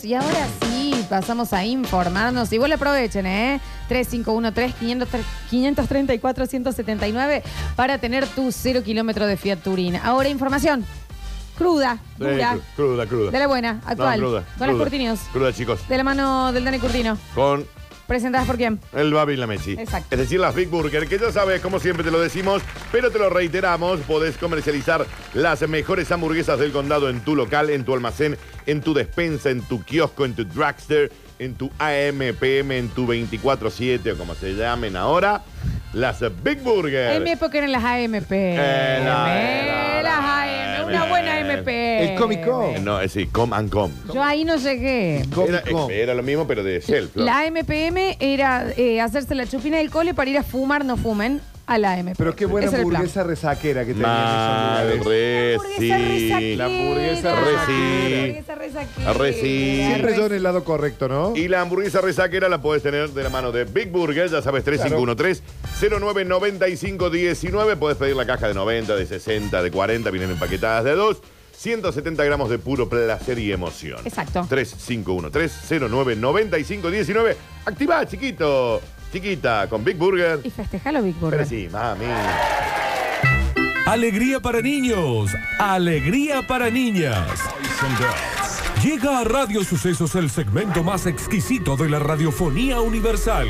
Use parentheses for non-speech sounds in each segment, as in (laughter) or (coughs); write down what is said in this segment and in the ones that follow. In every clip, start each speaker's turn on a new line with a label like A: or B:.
A: Y ahora sí, pasamos a informarnos. Igual aprovechen, ¿eh? 3513-534-179 para tener tu cero kilómetro de Fiat Turín. Ahora información cruda,
B: Sí,
A: dura,
B: cru- cruda, cruda.
A: de la buena, actual,
B: No, cruda,
A: con las
B: cruda.
A: Curtinios,
B: Cruda, chicos.
A: de la mano del Dani Curtino.
B: Con
A: ¿Presentadas por quién?
B: el Babi y la Mechi.
A: Exacto.
B: Es decir, las Big Burger, que ya sabes, como siempre te lo decimos, pero te lo reiteramos, podés comercializar las mejores hamburguesas del condado en tu local, en tu almacén, en tu despensa, en tu kiosco, en tu dragster, en tu AM, PM, en tu 24-7 o como se llamen ahora. Las Big Burger.
A: En mi época eran las AMP.
B: Eh, la- la-
A: las
B: la-
A: AMP, una buena AMP.
C: El Comic Con.
B: Eh, No, es decir, com and com.
A: Yo ahí no llegué.
B: Era, eh,
C: Cómico.
B: era lo mismo, pero de shelf. ¿no?
A: La AMPM era eh, hacerse la chupina del cole para ir a fumar, no fumen, a la AMPM.
C: Pero qué buena
A: Ese era el plan.
C: hamburguesa resaquera que tenían
B: Mal,
C: esos lugares.
B: re, Eh, sí.
C: La hamburguesa
A: resaquera. La hamburguesa resaquera.
B: Resi.
C: Siempre yo en el lado correcto, ¿no?
B: Y la hamburguesa resaquera la podés tener de la mano de Big Burger, ya sabes, 3513-099519. Podés pedir la caja de 90, de 60, de 40, vienen empaquetadas de 2. 170 gramos de puro placer y emoción.
A: Exacto.
B: 3513-099519. Activá, chiquito, chiquita, con Big Burger.
A: Y festejalo, Big
B: Pero
A: Burger.
B: sí, mami.
D: Alegría para niños, alegría para niñas. Llega a Radio Sucesos el segmento más exquisito de la radiofonía universal.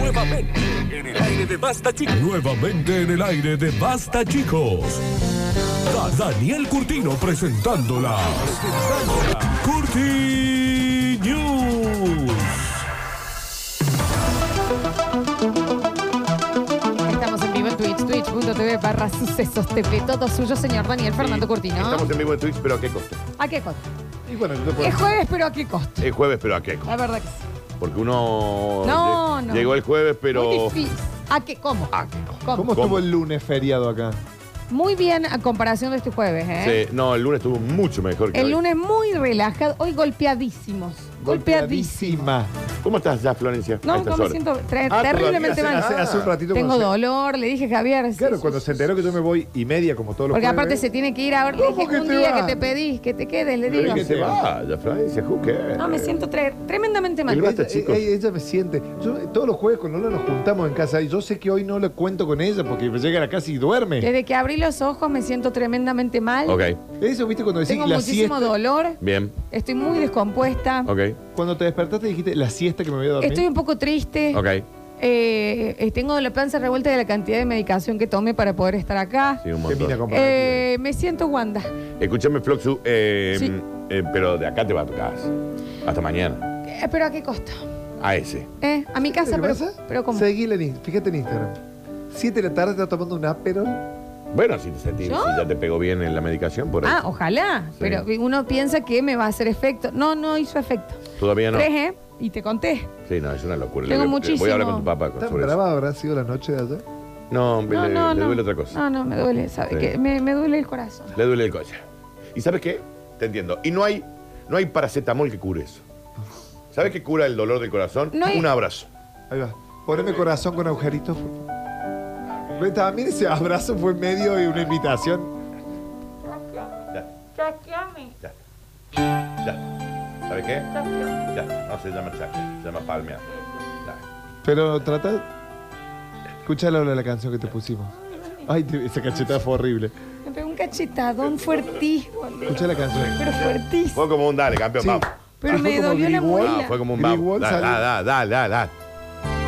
D: Nuevamente en el aire de Basta Chicos. Nuevamente en el aire de Basta Chicos. Da- Daniel Curtino presentándola. Curti News.
A: Estamos en vivo en Twitch, twitch.tv barra sucesos TV. Todo suyo, señor Daniel Fernando Curtino.
B: Estamos en vivo en Twitch, pero ¿a qué costo?
A: ¿A qué costo?
C: Y bueno, yo puedo-
A: Es jueves, pero ¿a qué costo?
B: Es jueves, pero ¿a qué costo?
A: La verdad que sí.
B: Porque uno
A: No,
B: lle-
A: no.
B: llegó el jueves, pero...
A: Muy difícil. ¿A qué? ¿Cómo?
B: ¿A qué costo?
A: ¿Cómo?
C: ¿Cómo estuvo el lunes feriado acá?
A: Muy bien a comparación de este jueves, ¿eh?
B: Sí, no, el lunes estuvo mucho mejor que
A: El
B: hoy.
A: lunes muy relajado, hoy golpeadísimos. Golpeadísimos.
C: Golpeadísima.
B: ¿Cómo estás ya, Florencia?
A: No,
B: A estas
A: no me
B: horas?
A: siento tre-
B: Ah,
A: terriblemente
B: todavía
A: mal.
C: Hace,
B: Ah.
C: hace un ratito
A: Tengo
C: cuando se-
A: dolor, le dije Javier. sí,
C: Claro,
A: sí,
C: cuando
A: sí,
C: se enteró que yo me voy y media, como todos los
A: Porque aparte
C: jueves,
A: se tiene que ir ahora. Le
C: ¿eh? ¿Cómo
A: dije
C: que
A: un
C: te
A: día
C: vas?
A: que te pedís, que te quedes, le
B: Pero
A: digo.
B: que se vaya, Florencia, who cares?
A: No, me siento tre- tremendamente
B: El
A: mal.
B: basta,
C: ella,
B: chicos.
C: ella- ella me siente. Yo- todos los jueves con Lola nos juntamos en casa y yo sé que hoy no lo cuento con ella porque me llega a la casa y duerme.
A: Desde que abrí los ojos me siento tremendamente mal.
B: Ok,
C: Eso, viste, cuando decís
A: Tengo
C: la
A: muchísimo
C: siesta.
A: dolor.
B: bien,
A: Estoy muy descompuesta.
B: ok,
C: Cuando te despertaste dijiste la siesta que me voy a dormir.
A: Estoy un poco triste.
B: ok.
A: Eh, eh, tengo la panza revuelta de la cantidad de medicación que tomé para poder estar acá.
B: Sí, un
C: Qué mina
B: montón.
C: comparativa.
A: Eh, me siento Wanda.
B: Escúchame, Floxu, eh,
A: Sí.
B: eh, pero de acá te vas a tu casa. Hasta mañana.
A: Eh, pero ¿a qué costo?
B: A ese.
A: Eh, a mi casa,
C: ¿Qué
A: pero,
C: pasa?
A: pero ¿cómo?
C: Seguile en In- fíjate en Instagram. 7 de la tarde está tomando un Aperol.
B: Bueno, si te sentís,
A: ¿Yo?
B: si ya te pegó bien en la medicación, por ahí.
A: Ah, ojalá.
B: Sí.
A: Pero uno piensa que me va a hacer efecto. No, no hizo efecto.
B: Todavía no.
A: Tres, ¿eh? Y te conté.
B: Sí, no, es una locura.
A: Tengo
B: voy,
A: muchísimo.
B: Voy a hablar con tu papá con-
C: ¿Tan
B: sobre
C: brava habrá sido la noche de ayer?
B: eso.
A: No,
B: No, le,
A: no,
B: le
A: no. Ah.
B: duele otra cosa.
A: No, no, me duele. ¿sabe?
B: Sí.
A: qué? Me, me duele el corazón.
B: Le duele el coche. ¿Y sabes qué? Te entiendo. Y no hay, no hay paracetamol que cure eso. ¿Sabes qué cura el dolor del corazón?
A: No hay-
B: Un abrazo.
C: Ahí va. Poneme corazón con agujeritos. por favor. Ve, También ese abrazo fue medio y una invitación.
B: Ya. Ya. Ya. ¿Sabes qué? Ya. No se llama chaque, se llama palmea. Ya.
C: Pero trata. Escúchalo la canción que te pusimos. Ay, te- esa cachetada fue horrible.
A: Me pegó un cachetadón fuertísimo.
C: Escucha la canción.
A: Pero fuertísimo.
B: Fue como un dale, campeón,
C: Sí.
B: vamos.
A: Pero
C: Ah, fue
A: me
C: como
A: dolió la
C: Grigol.
A: muela.
B: Ah, fue como un
C: Green
B: vamos.
C: Wall
B: Dale,
C: salió.
B: dale, dale, dale, dale.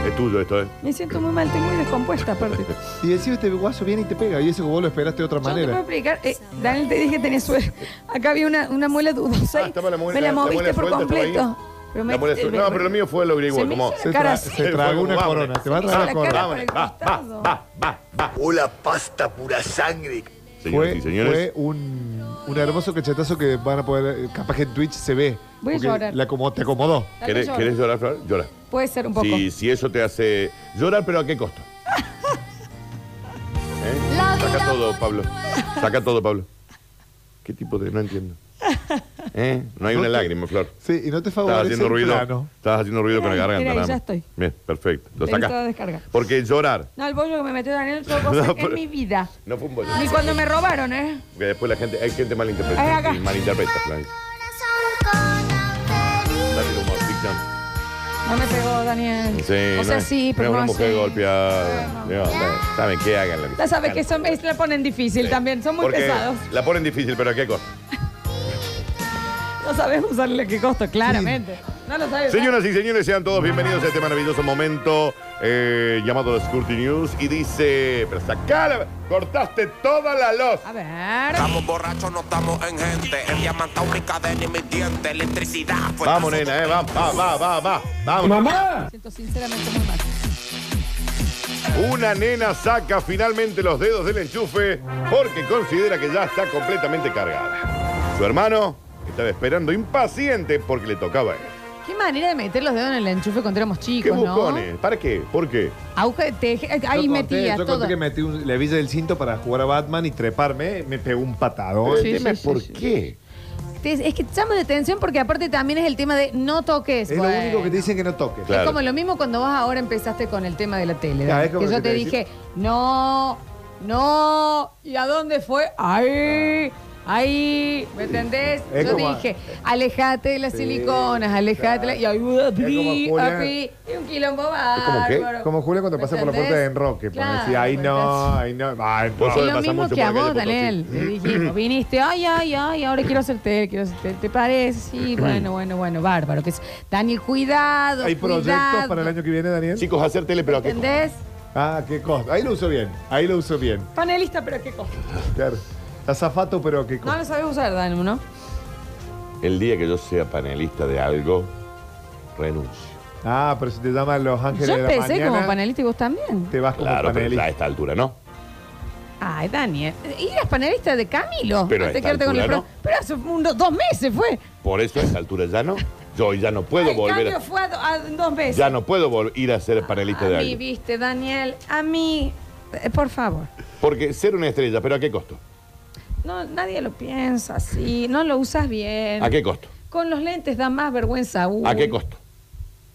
B: Es tuyo esto, ¿eh?
A: Me siento muy mal, estoy muy descompuesta aparte.
C: Y decís, este guaso viene y te pega. Y eso que vos lo esperaste de otra
A: Yo no te puedo
C: manera.
A: explicar. Eh, Daniel, te dije que tenía suerte. Acá había una, una muela dudosa.
B: Ah,
A: y
B: estaba la muela-
A: me la
B: la muela
A: moviste por
B: suelta, estaba ahí.
A: completo. Pero me- eh,
B: La muela azul. No, pero lo mío fue lo griego.
A: Se me
B: Como...
A: hizo
C: Se,
A: La cara
C: tra-
A: así.
C: se tragó una corona. Te va a
A: hizo
C: tragar
A: la
C: una corona.
A: cara
B: Vámonos,
A: para el
B: va, va,
A: costado.
B: va, va, va.
E: Hola, pasta pura sangre.
B: Señoras y
C: Fue,
B: señores.
C: fue un, un hermoso cachetazo que van a poder. eh, Capaz que en Twitch se ve.
A: Voy a
C: Porque
A: llorar.
C: La como, te acomodó.
A: Dale,
B: ¿Querés,
A: llora.
B: ¿Querés llorar, Flor? Llora.
A: Puede ser un poco.
B: Si, si eso te hace llorar, pero ¿a
A: (laughs)
B: qué costo? ¿Eh? Saca todo, Pablo. Saca todo, Pablo. ¿Qué tipo de.? No entiendo. ¿Eh? No hay una lágrima, Flor.
C: Sí, y no te
B: Estabas
C: favorece
B: haciendo
C: el
B: ruido.
C: plano.
B: Estabas haciendo ruido con la
A: Mira ahí,
B: garganta.
A: mira ahí,
B: nada
A: ya
B: más.
A: estoy.
B: Bien, perfecto. Lo
A: Tengo toda
B: sacás.
A: descarga.
B: Porque llorar.
A: No, el bollo que me metió Daniel fue cosa
B: (laughs) No,
A: que en
B: pero-
A: mi vida.
B: No fue un bollo.
A: Ni cuando me robaron, ¿eh?
B: Porque después la gente. Hay gente
A: Ay,
B: malinterpreta.
A: acá.
B: y Malinterpreta, Flor.
F: corazón
A: Daniel.
B: Sí,
A: o sea,
B: no es-
A: sí,
B: no
A: pero
B: es una
A: no
B: mujer
A: así.
B: golpeada.
A: No.
B: No, no, ¿Saben qué? Háganla.
A: Ya sabes que son, es- la ponen difícil también, son muy
B: Eh, Porque
A: pesados.
B: La ponen difícil, pero ¿qué cosa?
A: No sabes usarle qué costo, claramente. No lo sabes. usar.
B: Señoras y señores, sean todos bienvenidos a este maravilloso momento eh, llamado Scurty News. Y dice, pero sacala, cortaste toda la luz.
A: A ver.
F: Estamos borrachos, no estamos en gente. En diamantáurica de mis dientes. Electricidad. fue
B: Vamos, nena, eh, va, va, va, va, va. Vamos.
A: Siento sinceramente muy mal.
B: Una nena saca finalmente los dedos del enchufe porque considera que ya está completamente cargada. Su hermano estaba esperando impaciente porque le tocaba a él.
A: Qué manera de meter los dedos en el enchufe cuando éramos
B: ¿Qué
A: chicos, ¿no?
B: buscones? ¿Para qué? ¿Por qué?
A: Aguja de teje. eh, Ahí
C: Yo conté-
A: metía
C: Yo
A: todo.
C: conté que metí un- la villa del cinto para jugar a Batman y treparme, me pegó un patadón.
B: El
A: Sí,
B: tema
A: sí,
B: es
A: sí,
B: por
A: sí.
B: qué.
A: Te- Es que llama de atención porque aparte también es el tema de no toques.
C: Es lo
A: Bueno.
C: único que te dicen que no toques.
B: Claro.
A: Es como lo mismo cuando vos ahora empezaste con el tema de la tele.
C: Ya,
A: Dani,
C: es como
A: que
C: lo
A: yo
C: que
A: te
C: te
A: dije, no, no, ¿y a dónde fue? Ahí, ahí, ¿me entendés?
C: Es
A: yo
C: como-
A: dije, alejate de las
C: Sí,
A: siliconas, alejate de la- y ayúdate,
C: Es como Julia-
A: papi, y un quilombo
B: Es como qué?
A: bárbaro.
C: Como Julio cuando
A: ¿Me
C: pasa por la
A: Ah, entendés?
C: puerta de enroque.
A: Claro,
C: Claro, ahí
A: ¿me
C: no,
A: entendés?
C: ahí no. ay,
B: Vos
C: no.
A: Es
B: sos Eso
A: lo
B: me pasa
A: mismo
B: mucho
A: que a
B: por acá
A: vos,
B: de Potosí.
A: Daniel. Le
C: (clears throat)
A: dijimos, viniste, ay, ay, ay, ahora quiero hacer tele, quiero hacer tele. ¿Te parece?
B: (clears throat)
A: Sí, bueno, bueno, bueno, bárbaro. Que es. Daniel, cuidado.
C: ¿Hay proyectos
A: cuidado.
C: para el año que viene, Daniel?
B: Chicos, hacer tele, pero ¿a qué? costo?
A: ¿Entendés?
C: Ah, qué cosa. Ahí lo uso bien. Ahí lo uso bien.
A: Panelista, pero qué cosa.
C: Claro. Azafato, pero qué
A: No
C: cosa.
A: lo sabes usar, Danu, ¿no?
B: El día que yo sea panelista de algo, renuncio.
C: Ah, pero si te llaman los ángeles
A: Yo
C: de la
A: empecé
C: mañana,
A: como panelista y vos también.
C: te vas como
B: Claro, pero ya a
C: panelista.
B: esta altura, ¿no?
A: Ay, Daniel. Y eras panelista de Camilo.
B: Pero a
A: antes de
B: esta
A: quedarte con el
B: altura,
A: pro- Pero hace unos dos meses fue.
B: Por eso a esta altura ya no. Yo hoy ya no puedo
A: el
B: volver.
A: cambio Ah,
B: a-
A: fue a, do- a dos meses.
B: Ya no puedo vol- ir a ser panelista de
A: A mí,
B: algo.
A: viste, Daniel. A mí, eh, por favor.
B: Porque ser una estrella, pero ¿a qué costo?
A: No, nadie lo piensa así. No lo usas bien.
B: ¿A qué costo?
A: Con los lentes da más vergüenza aún.
B: ¿A qué costo?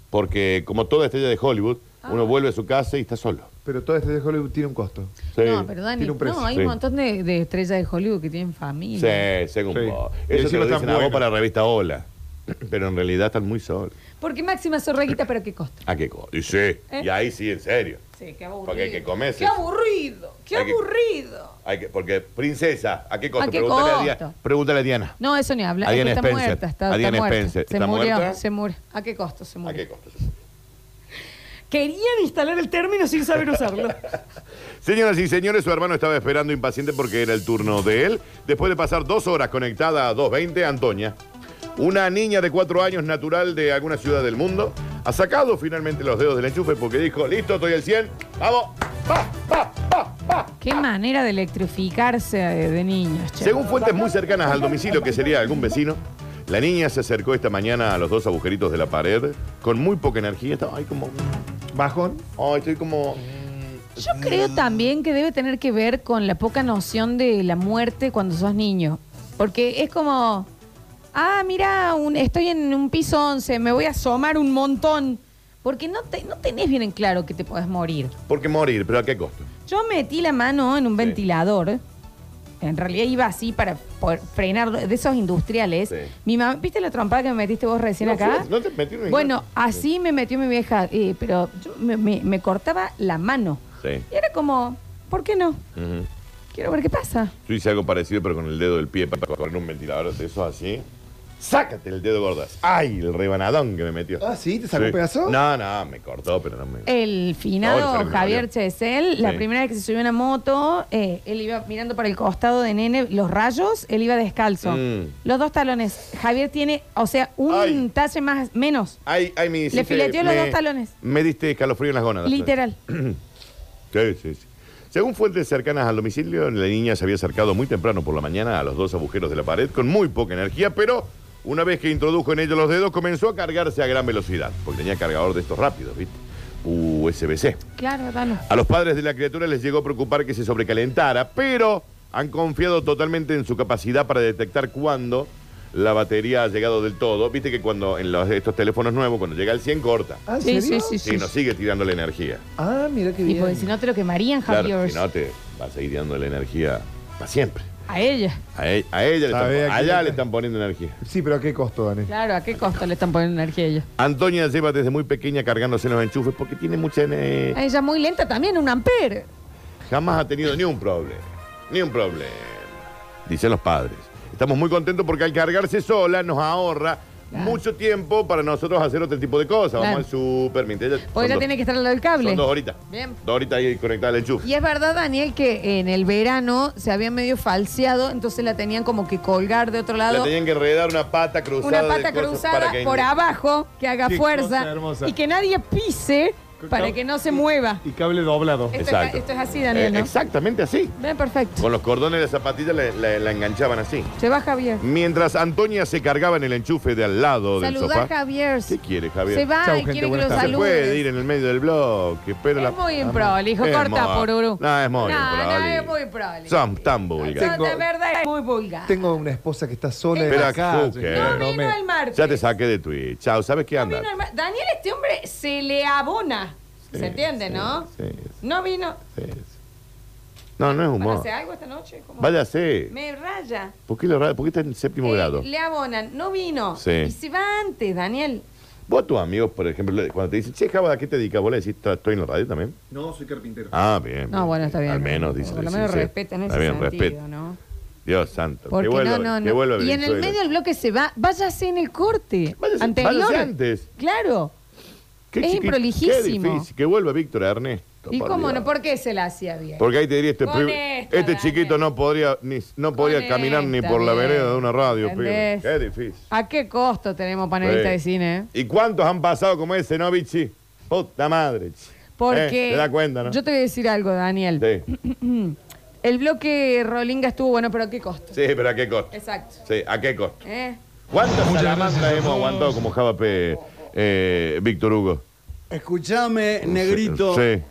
B: Porque como toda estrella de Hollywood,
A: Ah.
B: uno vuelve a su casa y está solo.
C: Pero todo este de Hollywood tiene un costo.
B: Sí.
A: No, pero Dani,
C: Tiene un precio.
A: no, hay
B: Sí.
A: un montón de, de estrellas de Hollywood que tienen familia.
B: Sí, según
C: Sí.
B: vos.
C: Y
B: Eso
C: encima
B: se lo
C: están
B: dicen a vos
C: buenos.
B: para la revista Hola. (clears throat) Pero en realidad están muy solos.
A: Porque Máxima Zorreguita, pero qué costo.
B: ¿A qué costo? Y sí,
A: Eh.
B: y ahí sí, en serio.
A: Sí, qué aburrido.
B: Porque hay que comerse.
A: Qué aburrido, qué
B: Hay que-
A: aburrido.
B: Hay que- porque, princesa, ¿a qué costo?
A: ¿A qué
B: pregúntale, A
A: costo?
B: Dia- pregúntale a Diana.
A: No, eso ni habla.
B: Adriana
A: es que está
B: Spencer.
A: muerta, está, está
B: Adriana
A: muerta.
B: Spencer.
A: Se
B: ¿Está
A: murió,
B: muerta?
A: se murió. ¿A qué costo se
B: ¿A
A: murió?
B: qué costo?
A: Querían instalar el término sin saber usarlo.
B: Señoras y señores, su hermano estaba esperando impaciente porque era el turno de él. Después de pasar dos horas conectada a 2.20, Antonia, una niña de cuatro años natural de alguna ciudad del mundo, ha sacado finalmente los dedos del enchufe porque dijo, listo, estoy al 100, vamos. Pa, pa, pa, pa.
A: (laughs) qué manera de electrificarse de, de niños, che.
B: Según fuentes muy cercanas al domicilio, que sería algún vecino, la niña se acercó esta mañana a los dos agujeritos de la pared con muy poca energía. Estaba, ay, como,
C: Bajón.
B: ay, estoy como...
A: Yo creo también que debe tener que ver con la poca noción de la muerte cuando sos niño. Porque es como, ah, mira, un- estoy en un piso 11, me voy a asomar un montón. Porque no, te- no tenés bien en claro que te podés morir.
B: Porque morir, pero ¿a qué costo?
A: Yo metí la mano en un ventilador. En realidad iba así para poder frenar de esos industriales.
B: Sí.
A: Mi mamá, ¿viste la trompada que me metiste vos recién
B: No,
A: acá?
B: fue- no te metí una
A: bueno,
B: ninguna.
A: así me metió mi vieja, eh, pero yo me, me- me cortaba la mano.
B: Sí.
A: Y era como, ¿por qué no?
B: Ujú.
A: Quiero ver qué pasa.
B: Yo hice algo parecido, pero con el dedo del pie para poner un ventilador de esos así. Sácate el dedo gordas. ¡Ay! El rebanadón que me metió.
C: Ah, ¿sí? ¿Te sacó un pedazo?
B: No, no, me cortó, pero no me.
A: El
B: Ahora
A: finado
B: sale que me
A: Javier
B: dolió.
A: Chesel, la
B: Sí.
A: primera vez que se subió a una moto, eh, él iba mirando para el costado de nene los rayos, él iba descalzo.
B: Mm.
A: Los dos talones. Javier tiene, o sea, un
B: Ay.
A: talle más, menos.
B: Ay, ay, me hiciste-
A: fileteó los
B: me-
A: dos talones.
B: Me diste escalofrío en las gónadas.
A: Literal.
B: Sí, sí, sí. Según fuentes cercanas al domicilio, la niña se había acercado muy temprano por la mañana a los dos agujeros de la pared con muy poca energía, pero una vez que introdujo en ellos los dedos, comenzó a cargarse a gran velocidad, porque tenía cargador de estos rápidos, ¿viste? USB-C.
A: Claro, Dano.
B: A los padres de la criatura les llegó a preocupar que se sobrecalentara, pero han confiado totalmente en su capacidad para detectar cuándo la batería ha llegado del todo. Viste que cuando en los- estos teléfonos nuevos, cuando llega al 100, corta.
C: Ah, ¿en
A: Sí,
C: serio?
A: sí, sí,
B: Y nos sigue tirando la energía.
C: Ah, mira qué
A: Y
C: bien.
A: porque si no te lo quemarían,
B: Claro,
A: Javier.
B: si no te va a seguir tirando la energía para siempre.
A: A ella.
B: A, e- a ella le están,
C: Sabe,
B: pon-
C: aquí
B: allá
C: está.
B: le están poniendo energía.
C: Sí, pero ¿a qué costo, Dani?
A: Claro, ¿a qué costo le están poniendo energía a ella?
B: Antonia lleva desde muy pequeña cargándose los enchufes porque tiene mucha... ener-
A: A ella muy lenta también, un ampere.
B: Jamás ha tenido ni un problema. Ni un problema. Dicen los padres. Estamos muy contentos porque al cargarse sola nos ahorra
A: Claro.
B: mucho tiempo para nosotros hacer otro tipo de cosas.
A: Claro.
B: Vamos al súper, mientras ella-
A: O
B: son
A: ella
B: dos-
A: tiene que estar al lado del cable.
B: Son dos horitas.
A: Bien.
B: Dos horitas ahí conectadas al enchufe.
A: Y es verdad, Daniel, que en el verano se había medio falseado, entonces la tenían como que colgar de otro
B: La
A: lado.
B: tenían que enredar una pata cruzada.
A: Una
B: de
A: pata
B: cosas
A: cruzada
B: para que-
A: por abajo que haga
C: Qué
A: fuerza
C: cosa hermosa.
A: y que nadie pise para que no se mueva.
C: Y cable doblado.
A: Esto, es,
B: Exacto.
A: esto es así, Daniel,
B: Eh,
A: ¿no?
B: Exactamente así.
A: Bien, perfecto.
B: Con los cordones de zapatillas la, la- la enganchaban así.
A: Se va Javier.
B: Mientras Antonia se cargaba en el enchufe de al lado del
A: Saluda
B: sofá.
A: Javier.
B: ¿Qué quiere, Javier?
A: Se va
C: Chau,
A: y
C: gente,
A: quiere que
C: buenas
A: lo
B: No se puede ir
A: salude.
B: en el medio del bloque, pero la... Ah,
A: Es muy improlijo,
B: Es
A: corta
B: mo-
A: por Uru.
B: No, es muy
A: No, no,
B: improlijo.
A: es muy prolijo.
B: Son tan
A: No,
B: vulgares.
A: de verdad es muy vulgar.
C: Tengo una esposa que está sola
A: Tengo-
B: Pero
C: en la
B: a Zucker.
C: calle.
A: No
B: no
A: vino el martes.
B: Ya te saqué de Twitch. Chao, ¿sabes qué
A: No
B: anda?
A: vino el mar- Daniel, este hombre se le abona. ¿Se entiende,
B: sí,
A: no?
B: sí, sí.
A: No vino.
B: No, no es
A: ¿Van a
B: humor.
A: hacer algo esta noche? ¿Cómo?
B: Váyase.
A: Me raya.
B: ¿Por qué, lo ra- ¿Por qué está en séptimo
A: Eh,
B: grado?
A: le abonan. No vino.
B: Sí.
A: Y se va antes, Daniel.
B: Vos a tus amigos, por ejemplo, le- cuando te dicen, che, Java, ¿a qué te dedicas? ¿Vos le decís, "Ta- estoy en la radio también?
C: No, soy carpintero.
B: Ah, bien.
A: No, bueno, está bien.
B: Al menos, dice.
A: Por lo
B: dice,
A: menos
B: sí.
A: respetan ese
B: Está bien,
A: sentido,
B: respeto.
A: ¿no?
B: Dios santo.
A: Porque
B: que vuelva,
A: no, no,
B: Que
A: no.
B: vuelva
A: y en el
B: Venezuela.
A: medio del bloque se va. Váyase en el corte.
B: Váyase-
A: anterior.
B: váyase antes.
A: Claro.
B: Qué
A: es
B: chiqui-
A: improlijísimo.
B: Qué difícil. Que vuelva Víctor Ernesto.
A: ¿Y
B: por
A: cómo
B: Dios.
A: no? ¿Por qué se la hacía bien?
B: Porque ahí te diría, este,
A: Con
B: pri-
A: esta,
B: este
A: Daniel.
B: chiquito no podría, ni, no podía
A: Con
B: caminar ni
A: esta,
B: por la
A: bien.
B: vereda de una radio, pibe.
A: ¿Entendés?
B: Qué difícil.
A: ¿A qué costo tenemos panelista
B: Sí.
A: de cine? eh?
B: ¿Y cuántos han pasado como ese, no, Vichy? Puta madre. chi.
A: Porque.
B: Eh, te das cuenta, ¿no?
A: Yo te voy a decir algo, Daniel.
B: Sí.
A: El bloque Rolinga estuvo bueno, pero ¿a qué costo?
B: sí, pero ¿a qué costo?
A: Exacto.
B: Sí, ¿a qué costo?
A: ¿Eh?
B: ¿Cuántas salamandras hemos aguantado como Java P, eh, Víctor Hugo?
G: Escuchame, negrito.
B: Sí.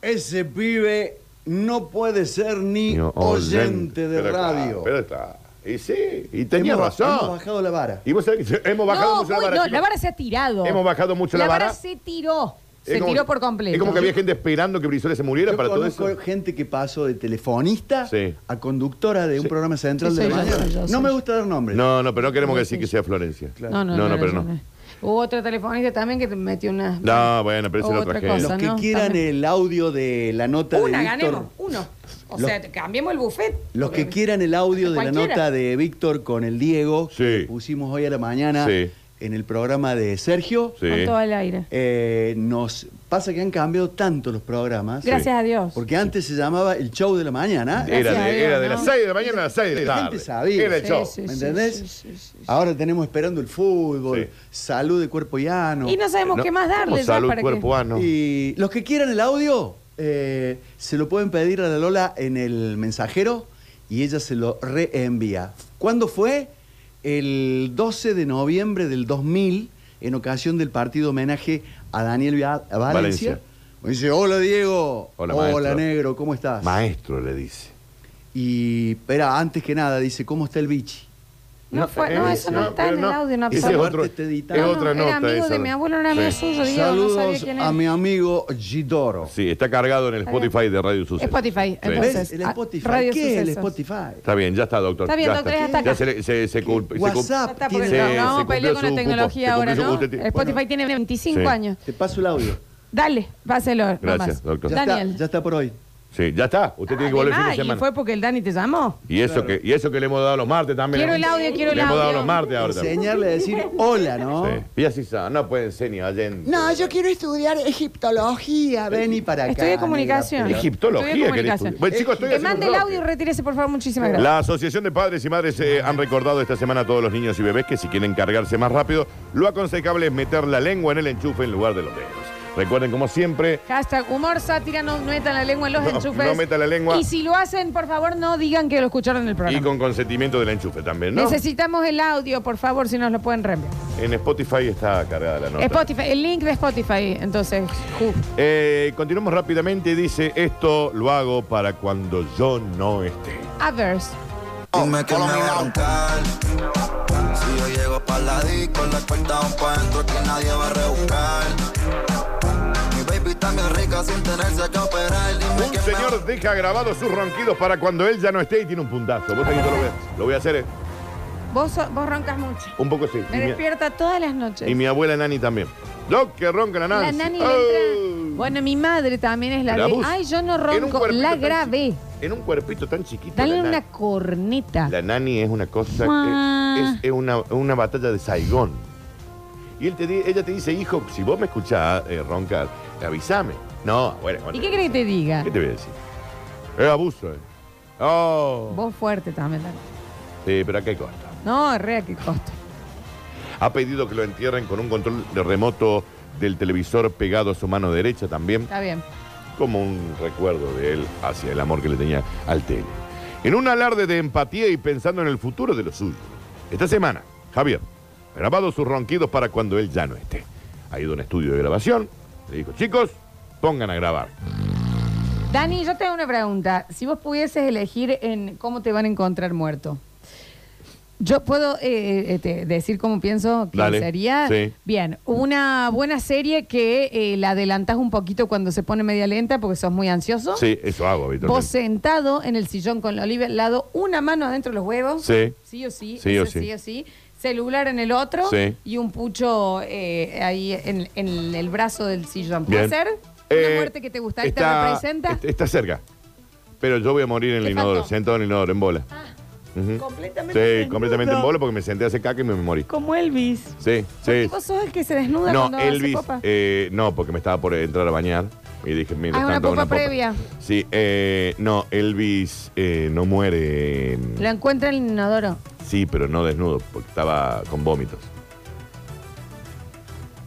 G: Ese pibe no puede ser ni
B: Mío,
G: oyente de
B: Pero claro,
G: radio.
B: pero está. Y sí, y tenía
G: Hemos ba- Hemos
B: razón.
G: bajado la vara.
B: Y vos sabés que hemos bajado
A: no,
B: mucho la
A: muy-
B: vara.
A: no,
B: chicos.
A: la vara se ha tirado.
B: Hemos bajado mucho la vara.
A: se tiró.
B: Es
A: Se
B: como-
A: tiró por completo.
B: Es como que había gente esperando que Brizuela se muriera
G: Yo
B: para todo eso.
G: conozco gente que pasó de telefonista
B: Sí.
G: a conductora de un programa central
A: Sí,
G: de la
A: soy yo,
G: mañana.
A: soy yo, soy
G: No me
A: yo.
G: gusta dar nombres.
B: No, no, pero no queremos que decir que sea Florencia.
A: No, no,
B: No,
A: no,
B: no, pero
A: yo
B: no.
A: Hubo otro telefonista también que te metió una.
B: No, bueno, pero esa
A: Hubo
B: es la
A: otra
B: tragedia.
A: cosa,
G: Los que
A: ¿no?
G: quieran
A: También.
G: el audio de la nota
A: Una,
G: de Víctor.
A: ganemos, uno. O
G: Los-
A: sea, cambiemos el buffet.
G: Los que quieran el audio de la
A: Cualquiera.
G: nota de Víctor con el Diego,
B: Sí.
G: que pusimos hoy a la mañana
B: Sí.
G: en el programa de Sergio,
B: Sí.
A: Con todo el aire.
G: eh, nos pasa que han cambiado tanto los programas.
A: Gracias a Dios.
G: Porque antes se llamaba el show de la mañana.
B: Era
A: Gracias a
B: de,
A: Dios,
B: era de
A: ¿no?
B: las 6 de la mañana a las 6 de la
G: La
B: tarde.
G: gente sabía.
B: Era el
A: Sí,
B: show.
A: sí,
G: ¿Me
A: sí,
G: entendés?
A: sí, sí, sí.
B: Ah,
G: Ahora tenemos esperando el fútbol,
B: Sí.
G: salud de cuerpo llano.
A: Y no sabemos
B: No,
A: qué más
B: como
A: darle. ya
B: salud,
A: para
B: cuerpo
A: que...
B: ano.
G: Y los que quieran el audio, eh, se lo pueden pedir a la Lola en el mensajero y ella se lo reenvía. ¿Cuándo fue? El 12 de noviembre del 2000, en ocasión del partido homenaje a Daniel Via- a
B: Valencia.
G: Valencia. Me dice, hola Diego.
B: Hola, maestro.
G: negro, ¿cómo estás?
B: Maestro, le dice.
G: y, espera, antes que nada, dice, ¿cómo está el bichi?
A: No, fue, no,
B: eh,
A: eso no, está
B: pero
A: en el audio, no
B: Ese es
A: aparece.
G: Esa
B: otro,
G: parte te edita.
B: es
G: No,
B: otra
A: no,
B: nota.
A: Era amigo
B: esa,
A: de
B: ¿no?
A: mi abuelo, no era
B: Sí.
A: amigo suyo, Diego, no sabía
G: Saludos
A: quién
G: a
A: era.
G: mi amigo Gidoro.
B: Sí, está cargado en el Spotify de Radio Suceso.
A: Spotify,
B: Sí.
A: entonces.
G: ¿Ves? El
A: Ah,
G: Spotify.
A: Radio
G: ¿Qué es el
A: Sucesos.
G: Spotify?
B: Está bien, ya está, doctor.
A: Está bien,
B: ya
A: doctor, ya está acá.
B: Ya se, le- se, se culpa. se culpa-
A: Ya está,
G: WhatsApp
A: porque
B: Sí,
A: no,
G: tiene-
B: se
A: vamos a
B: cumplió
A: pelear con
B: su
A: la
B: cupo,
A: tecnología
B: se
A: ahora,
B: cumplió
A: ¿no?
B: su- usted-
A: Spotify tiene 25
B: Sí.
A: años.
G: Te paso el audio.
A: Dale, páselo.
B: Gracias,
A: nomás.
B: doctor.
G: Ya
A: Daniel.
G: está, ya está por hoy.
B: Sí, ya está. Usted tiene que volver el fin
A: Además,
B: de semana.
A: y fue porque el Dani te llamó.
B: Y eso, que, y eso que le hemos dado a los martes también.
A: Quiero el audio, quiero el
B: Le hemos dado a
A: audio.
B: los martes ahora también.
G: Enseñarle a decir hola, ¿no?
B: Sí. Y así son, no pueden ser ni oyentes.
G: No, yo quiero estudiar egiptología. Ven y para acá.
A: Estudio comunicación.
G: negra.
B: Egiptología,
A: Estudio
B: querés
A: comunicación.
B: estudiar. Bueno, chicos, estoy
A: Que
B: haciendo
A: mande
B: un
A: el
B: bloque.
A: audio y retírese, por favor. Muchísimas gracias.
B: La Asociación de Padres y Madres eh, han recordado esta semana a todos los niños y bebés que si quieren cargarse más rápido, lo aconsejable es meter la lengua en el enchufe en lugar de los dedos. Recuerden, como siempre,
A: Hashtag humor, sátira, no metan la lengua en los
B: No,
A: enchufes.
B: no metan la lengua.
A: Y si lo hacen, por favor, no digan que lo escucharon en el programa.
B: y con consentimiento del enchufe también, ¿no?
A: Necesitamos el audio, por favor, si nos lo pueden reenviar.
B: En Spotify está cargada la nota.
A: Spotify, el link de Spotify, entonces. ju.
B: Eh, continuamos rápidamente. Dice, esto lo hago para cuando yo no esté.
A: Others.
H: Dime que me va a bancar. Si yo llego pa' la disco, la cuenta van pa' dentro que nadie va a rebuscar. Mi baby Están bien ricas sin tenerse que operar. Dime
B: Un
H: quién me-
B: señor deja grabados sus ronquidos para cuando él ya no esté y tiene un puntazo. Vos sabés que yo lo voy a, lo voy a hacer, eh,
A: Vos, so- vos roncas mucho.
B: Un poco así.
A: Me
B: Y mi-
A: despierta todas las noches.
B: Y mi abuela Nani también. Lo que ronca la Oh. Nani.
A: La nani le entra- Bueno, mi madre también es la
B: Pero
A: de.
B: vos,
A: Ay, yo no
B: en un
A: ronco.
B: cuerpito
A: La
B: tan
A: grabé.
B: chiqui- En un cuerpito tan chiquito.
A: Dale
B: la
A: una
B: nani.
A: corneta.
B: La nani es una cosa,
A: Mua.
B: que es, es una, una batalla de Saigón. Y él te di- ella te dice, hijo, si vos me escuchás eh, roncar, avísame. No, bueno. bueno,
A: ¿Y qué crees que te diga?
B: ¿Qué te voy a decir? Es abuso, eh. Oh.
A: Vos fuerte también. Dani.
B: Sí, pero ¿a qué costa?
A: No, rea, qué costo.
B: Ha pedido que lo entierren con un control de remoto del televisor pegado a su mano derecha también,
A: Está bien.
B: como un recuerdo de él hacia el amor que le tenía al tele. En un alarde de empatía y pensando en el futuro de los suyos. Esta semana, Javier, grabado sus ronquidos para cuando él ya no esté. Ha ido a un estudio de grabación, le dijo, chicos, pongan a grabar.
A: Dani, yo te hago una pregunta. Si vos pudieses elegir en cómo te van a encontrar muerto. Yo puedo eh, eh, te- decir cómo pienso que
B: Dale,
A: sería.
B: sí.
A: Bien, una buena serie que eh, la adelantás un poquito cuando se pone media lenta porque sos muy ansioso.
B: Sí, eso hago
A: Vos
B: habitualmente.
A: sentado en el sillón con la oliva al lado, una mano adentro de los huevos.
B: Sí.
A: Sí o sí.
B: Sí o
A: ese
B: sí.
A: o sí. Celular en el otro.
B: Sí.
A: Y un pucho eh, ahí en, en el brazo del sillón. ¿Puede
B: Bien.
A: ser?
B: Eh,
A: una muerte que te gusta y te
B: está-
A: representa.
B: est- Está cerca. Pero yo voy a morir en
A: Te
B: el inodoro,
A: faltó. Ah.
B: sentado en el inodoro, en bola. Ujú.
A: Completamente.
B: Sí,
A: desnudo.
B: completamente en bola porque me senté a hacer caca y me morí.
A: Como Elvis.
B: Sí,
A: Porque
B: sí.
A: vos sos el que se desnuda
B: No,
A: cuando hace
B: Elvis,
A: popa.
B: eh, no, porque me estaba por entrar a bañar y dije, mira,
A: Ah,
B: están
A: una
B: todas
A: popa previa.
B: Sí, eh, no, Elvis eh, no muere. eh,
A: Lo encuentra en el inodoro.
B: Sí, pero no desnudo, porque estaba con vómitos.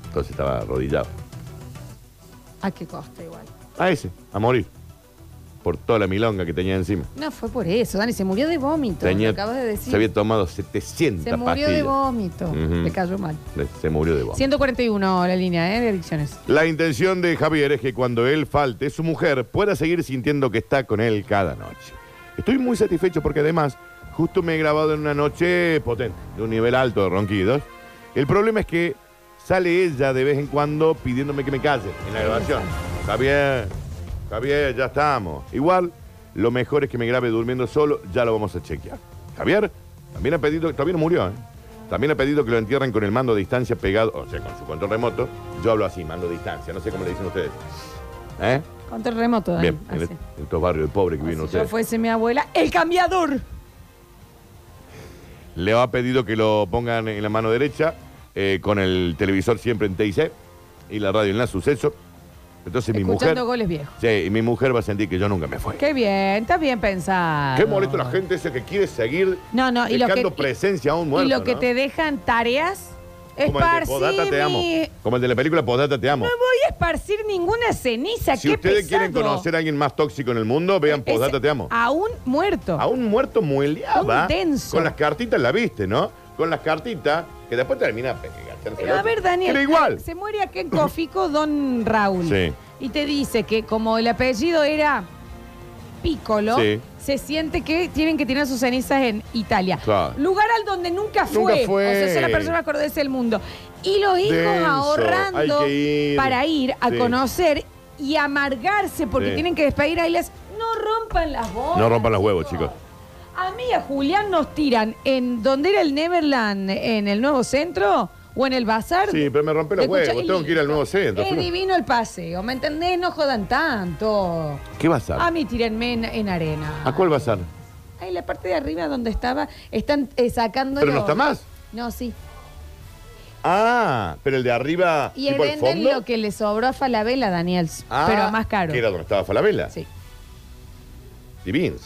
B: Entonces estaba arrodillado.
A: ¿A qué costa igual?
B: A ese, a morir. Por toda la milonga que tenía encima.
A: No, fue por eso, Dani. Se murió de vómito.
B: Tenía-
A: lo acabas de decir.
B: Se había tomado 700
A: Se murió
B: pastillas.
A: de vómito.
B: Ujú.
A: Le cayó mal.
B: Le- Se murió de vómito.
A: 141 la línea ¿eh? de adicciones.
B: La intención de Javier es que cuando él falte, su mujer pueda seguir sintiendo que está con él cada noche. Estoy muy satisfecho porque además, justo me he grabado en una noche potente, de un nivel alto de ronquidos. El problema es que sale ella de vez en cuando pidiéndome que me case en la grabación. Javier, Javier, ya estamos. Igual, lo mejor es que me grabe durmiendo solo, ya lo vamos a chequear. Javier, también ha pedido, todavía no murió, ¿eh? También ha pedido que lo entierren con el mando a distancia pegado, o sea, con su control remoto. Yo hablo así, mando a distancia, no sé cómo le dicen ustedes. ¿Eh?
A: Contra el remoto, Dani.
B: Bien, este, en,
A: Así.
B: en estos barrios de pobres que viven
A: Si yo
B: ustedes.
A: fuese mi abuela, el cambiador.
B: Le ha pedido que lo pongan en la mano derecha, eh, con el televisor siempre en TIC y la radio en la suceso. Entonces mi mujer.
A: Escuchando goles viejos.
B: Sí, y mi mujer va a sentir que yo nunca me fui.
A: Qué bien, está bien pensado.
B: Qué molesto la gente esa que quiere seguir
A: No, no, y lo
B: dejando
A: que-
B: presencia a un muerto.
A: Y lo que
B: ¿no?
A: te dejan tareas,
B: Como el de
A: esparcir.
B: Podata te amo.
A: mi-
B: Como el de la película Podata te amo.
A: No voy a esparcir ninguna ceniza.
B: si
A: qué
B: ustedes
A: pesado.
B: quieren conocer a alguien más tóxico en el mundo, vean
A: Ese-
B: Podata te amo.
A: A un muerto.
B: A un muerto mueleaba.
A: Un denso.
B: Con las cartitas la viste, ¿no? Con las cartitas, que después termina pe- agachándose el
A: Pero a
B: otro.
A: ver, Daniel.
B: Era igual.
A: Se muere aquí en Cofico Don Raúl.
B: Sí.
A: Y te dice que como el apellido era Piccolo,
B: Sí.
A: se siente que tienen que tirar sus cenizas en Italia.
B: Claro.
A: Lugar al donde nunca fue.
B: Nunca fue.
A: O sea, es la persona más cordesa del mundo. Y los hijos
B: Denso,
A: ahorrando
B: hay que ir.
A: para ir a
B: Sí.
A: conocer y amargarse porque
B: Sí.
A: tienen que despedir a Elias. No rompan las bolas.
B: No rompan los huevos, chicos.
A: A mí y a Julián nos tiran en donde era el Neverland, en el nuevo centro o en el bazar.
B: Sí, pero me rompe los
A: Escucha,
B: huevos,
A: es
B: tengo que ir al nuevo centro.
A: Es divino el paseo, ¿me entendés? No jodan tanto.
B: ¿Qué vas a?
A: A mí tírenme en, en arena.
B: ¿A cuál vas a?
A: Ahí en la parte de arriba donde estaba, están eh, sacando.
B: Pero no
A: los-
B: está más.
A: No, sí.
B: Ah, pero el de arriba,
A: Y
B: tipo al
A: venden
B: fondo.
A: lo que le sobró a Falabella, Daniel.
B: Ah,
A: pero más caro.
B: Que era donde estaba Falabella.
A: Sí.
B: Divins.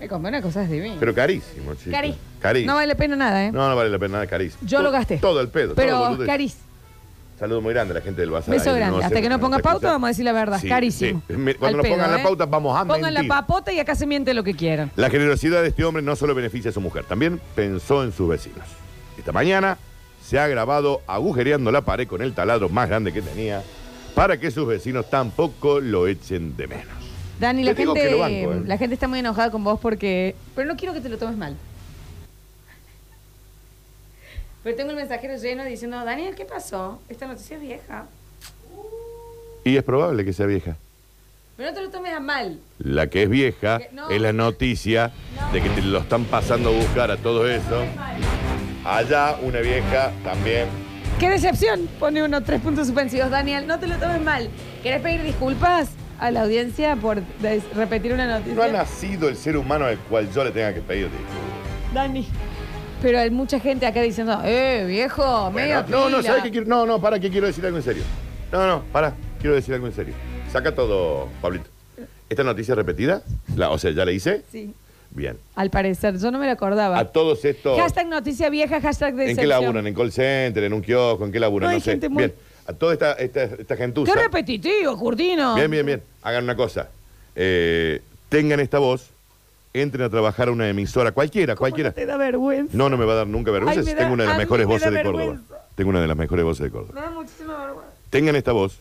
A: Me compré una cosa divina.
B: Pero carísimo, chicos.
A: Cari.
B: Carísimo.
A: No vale la pena nada, ¿eh?
B: No, no vale la pena nada, carísimo.
A: Yo
B: Todo-
A: lo gasté.
B: Todo el pedo. todo
A: Pero
B: el boludo.
A: carísimo.
B: Saludo muy grande a la gente del Bazar.
A: Beso
B: ahí,
A: grande.
B: no sé,
A: Hasta que no
B: nos
A: ponga
B: está
A: pauta,
B: escuchando.
A: vamos a decir la verdad.
B: Sí,
A: Carísimo.
B: sí. Me- Cuando
A: Al
B: nos pongan
A: pedo,
B: la
A: ¿eh?
B: pauta, vamos a
A: Pongan la
B: mentir.
A: papota y acá se miente lo que quieran.
B: La generosidad de este hombre no solo beneficia a su mujer, también pensó en sus vecinos. Esta mañana se ha grabado agujereando la pared con el taladro más grande que tenía para que sus vecinos tampoco lo echen de menos.
A: Dani,
B: Te
A: la
B: digo que
A: gente,
B: lo banco, ¿eh?
A: la gente está muy enojada con vos porque. Pero no quiero que te lo tomes mal. Pero tengo el mensajero lleno diciendo, Daniel, ¿qué pasó? Esta noticia es vieja.
B: Y es probable que sea vieja.
A: Pero no te lo tomes a mal.
B: La que es vieja
A: Que- no.
B: es la noticia de que te lo están pasando a buscar a todo eso. Allá una vieja también.
A: ¡Qué decepción! Pone uno tres puntos suspensivos. Daniel, no te lo tomes mal. ¿Querés pedir disculpas a la audiencia por des- repetir una noticia?
B: No ha nacido el ser humano al cual yo le tenga que pedir. disculpas.
A: Dani. Pero hay mucha gente acá diciendo, eh, viejo, medio
B: Bueno, no, no,
A: pila".
B: ¿sabes qué quiero? No, no, para, que quiero decir algo en serio. No, no, para, quiero decir algo en serio. Saca todo, Pablito. ¿Esta noticia es repetida? La, o sea, ¿ya la hice?
A: Sí,
B: Bien.
A: al parecer, yo no me lo acordaba.
B: A todos estos.
A: Hashtag noticia vieja, hashtag
B: ¿En
A: decepción.
B: qué laburan? ¿En call center? ¿En un kiosco? ¿En qué laburan?
A: No,
B: No,
A: hay
B: sé.
A: gente muy-
B: Bien. A toda esta, esta, esta gentuza.
A: ¡Qué repetitivo, Curtino!
B: Bien, bien, bien. Hagan una cosa. Eh, tengan esta voz, entren a trabajar a una emisora, cualquiera,
A: ¿Cómo
B: cualquiera.
A: No te da vergüenza.
B: No, no me va a dar nunca vergüenza.
A: Ay, me da-
B: Tengo una de las
A: a mí
B: mejores
A: me
B: voces
A: da
B: de Córdoba.
A: vergüenza.
B: Tengo una de las mejores voces de Córdoba.
A: Me da muchísima vergüenza.
B: Tengan esta voz,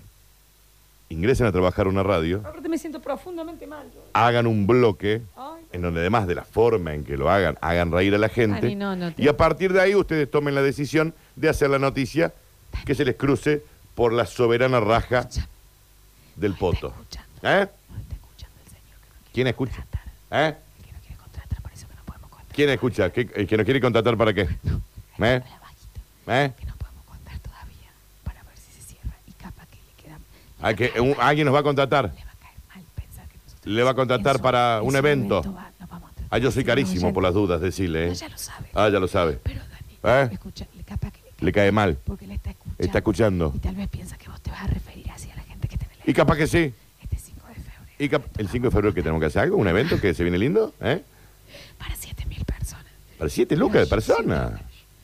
B: ingresen a trabajar a una radio,
A: Aparte me siento profundamente mal. yo.
B: hagan un bloque
A: Ay.
B: en donde además de la forma en que lo hagan, hagan reír a la gente.
A: Dani, no, no te-
B: Y a partir de ahí ustedes tomen la decisión de hacer la noticia que se les cruce por la soberana raja
A: Escucha.
B: del poto.
A: escuchando.
B: ¿Eh?
A: No está escuchando el señor que no quiere
B: ¿Quién escucha?
A: contratar,
B: ¿Eh?
A: que no quiere contratar, por eso que no podemos contratar.
B: ¿Quién escucha? ¿Qué- el que nos quiere contratar para qué? ¿Eh?
A: Habla bajito,
B: ¿Eh?
A: que no podemos contar todavía para ver si se cierra y capaz que le queda le
B: ¿A que- un- alguien nos va a contratar.
A: va a caer mal pensar que nosotros
B: Le va a contratar
A: en su-
B: para
A: en
B: un
A: su
B: evento.
A: momento va- nos vamos a tratar.
B: Ah, yo soy
A: No,
B: carísimo
A: ya-
B: por las dudas, decirle.
A: no,
B: ¿eh?
A: ya lo sabe.
B: Ah, ya lo sabe.
A: Pero Dani,
B: ¿Eh?
A: escucha, le- capaz que le cae,
B: Le cae mal.
A: porque le está escuchando.
B: Está escuchando.
A: Y tal vez piensa que vos te vas a referir así a la gente que tiene el
B: Y capaz que sí.
A: este 5 de febrero.
B: Y cap- el 5 de febrero que tenemos que hacer algo, un evento que se viene lindo, ¿eh?
A: Para 7.000 personas.
B: Para 7 lucas de
A: Dios,
B: personas.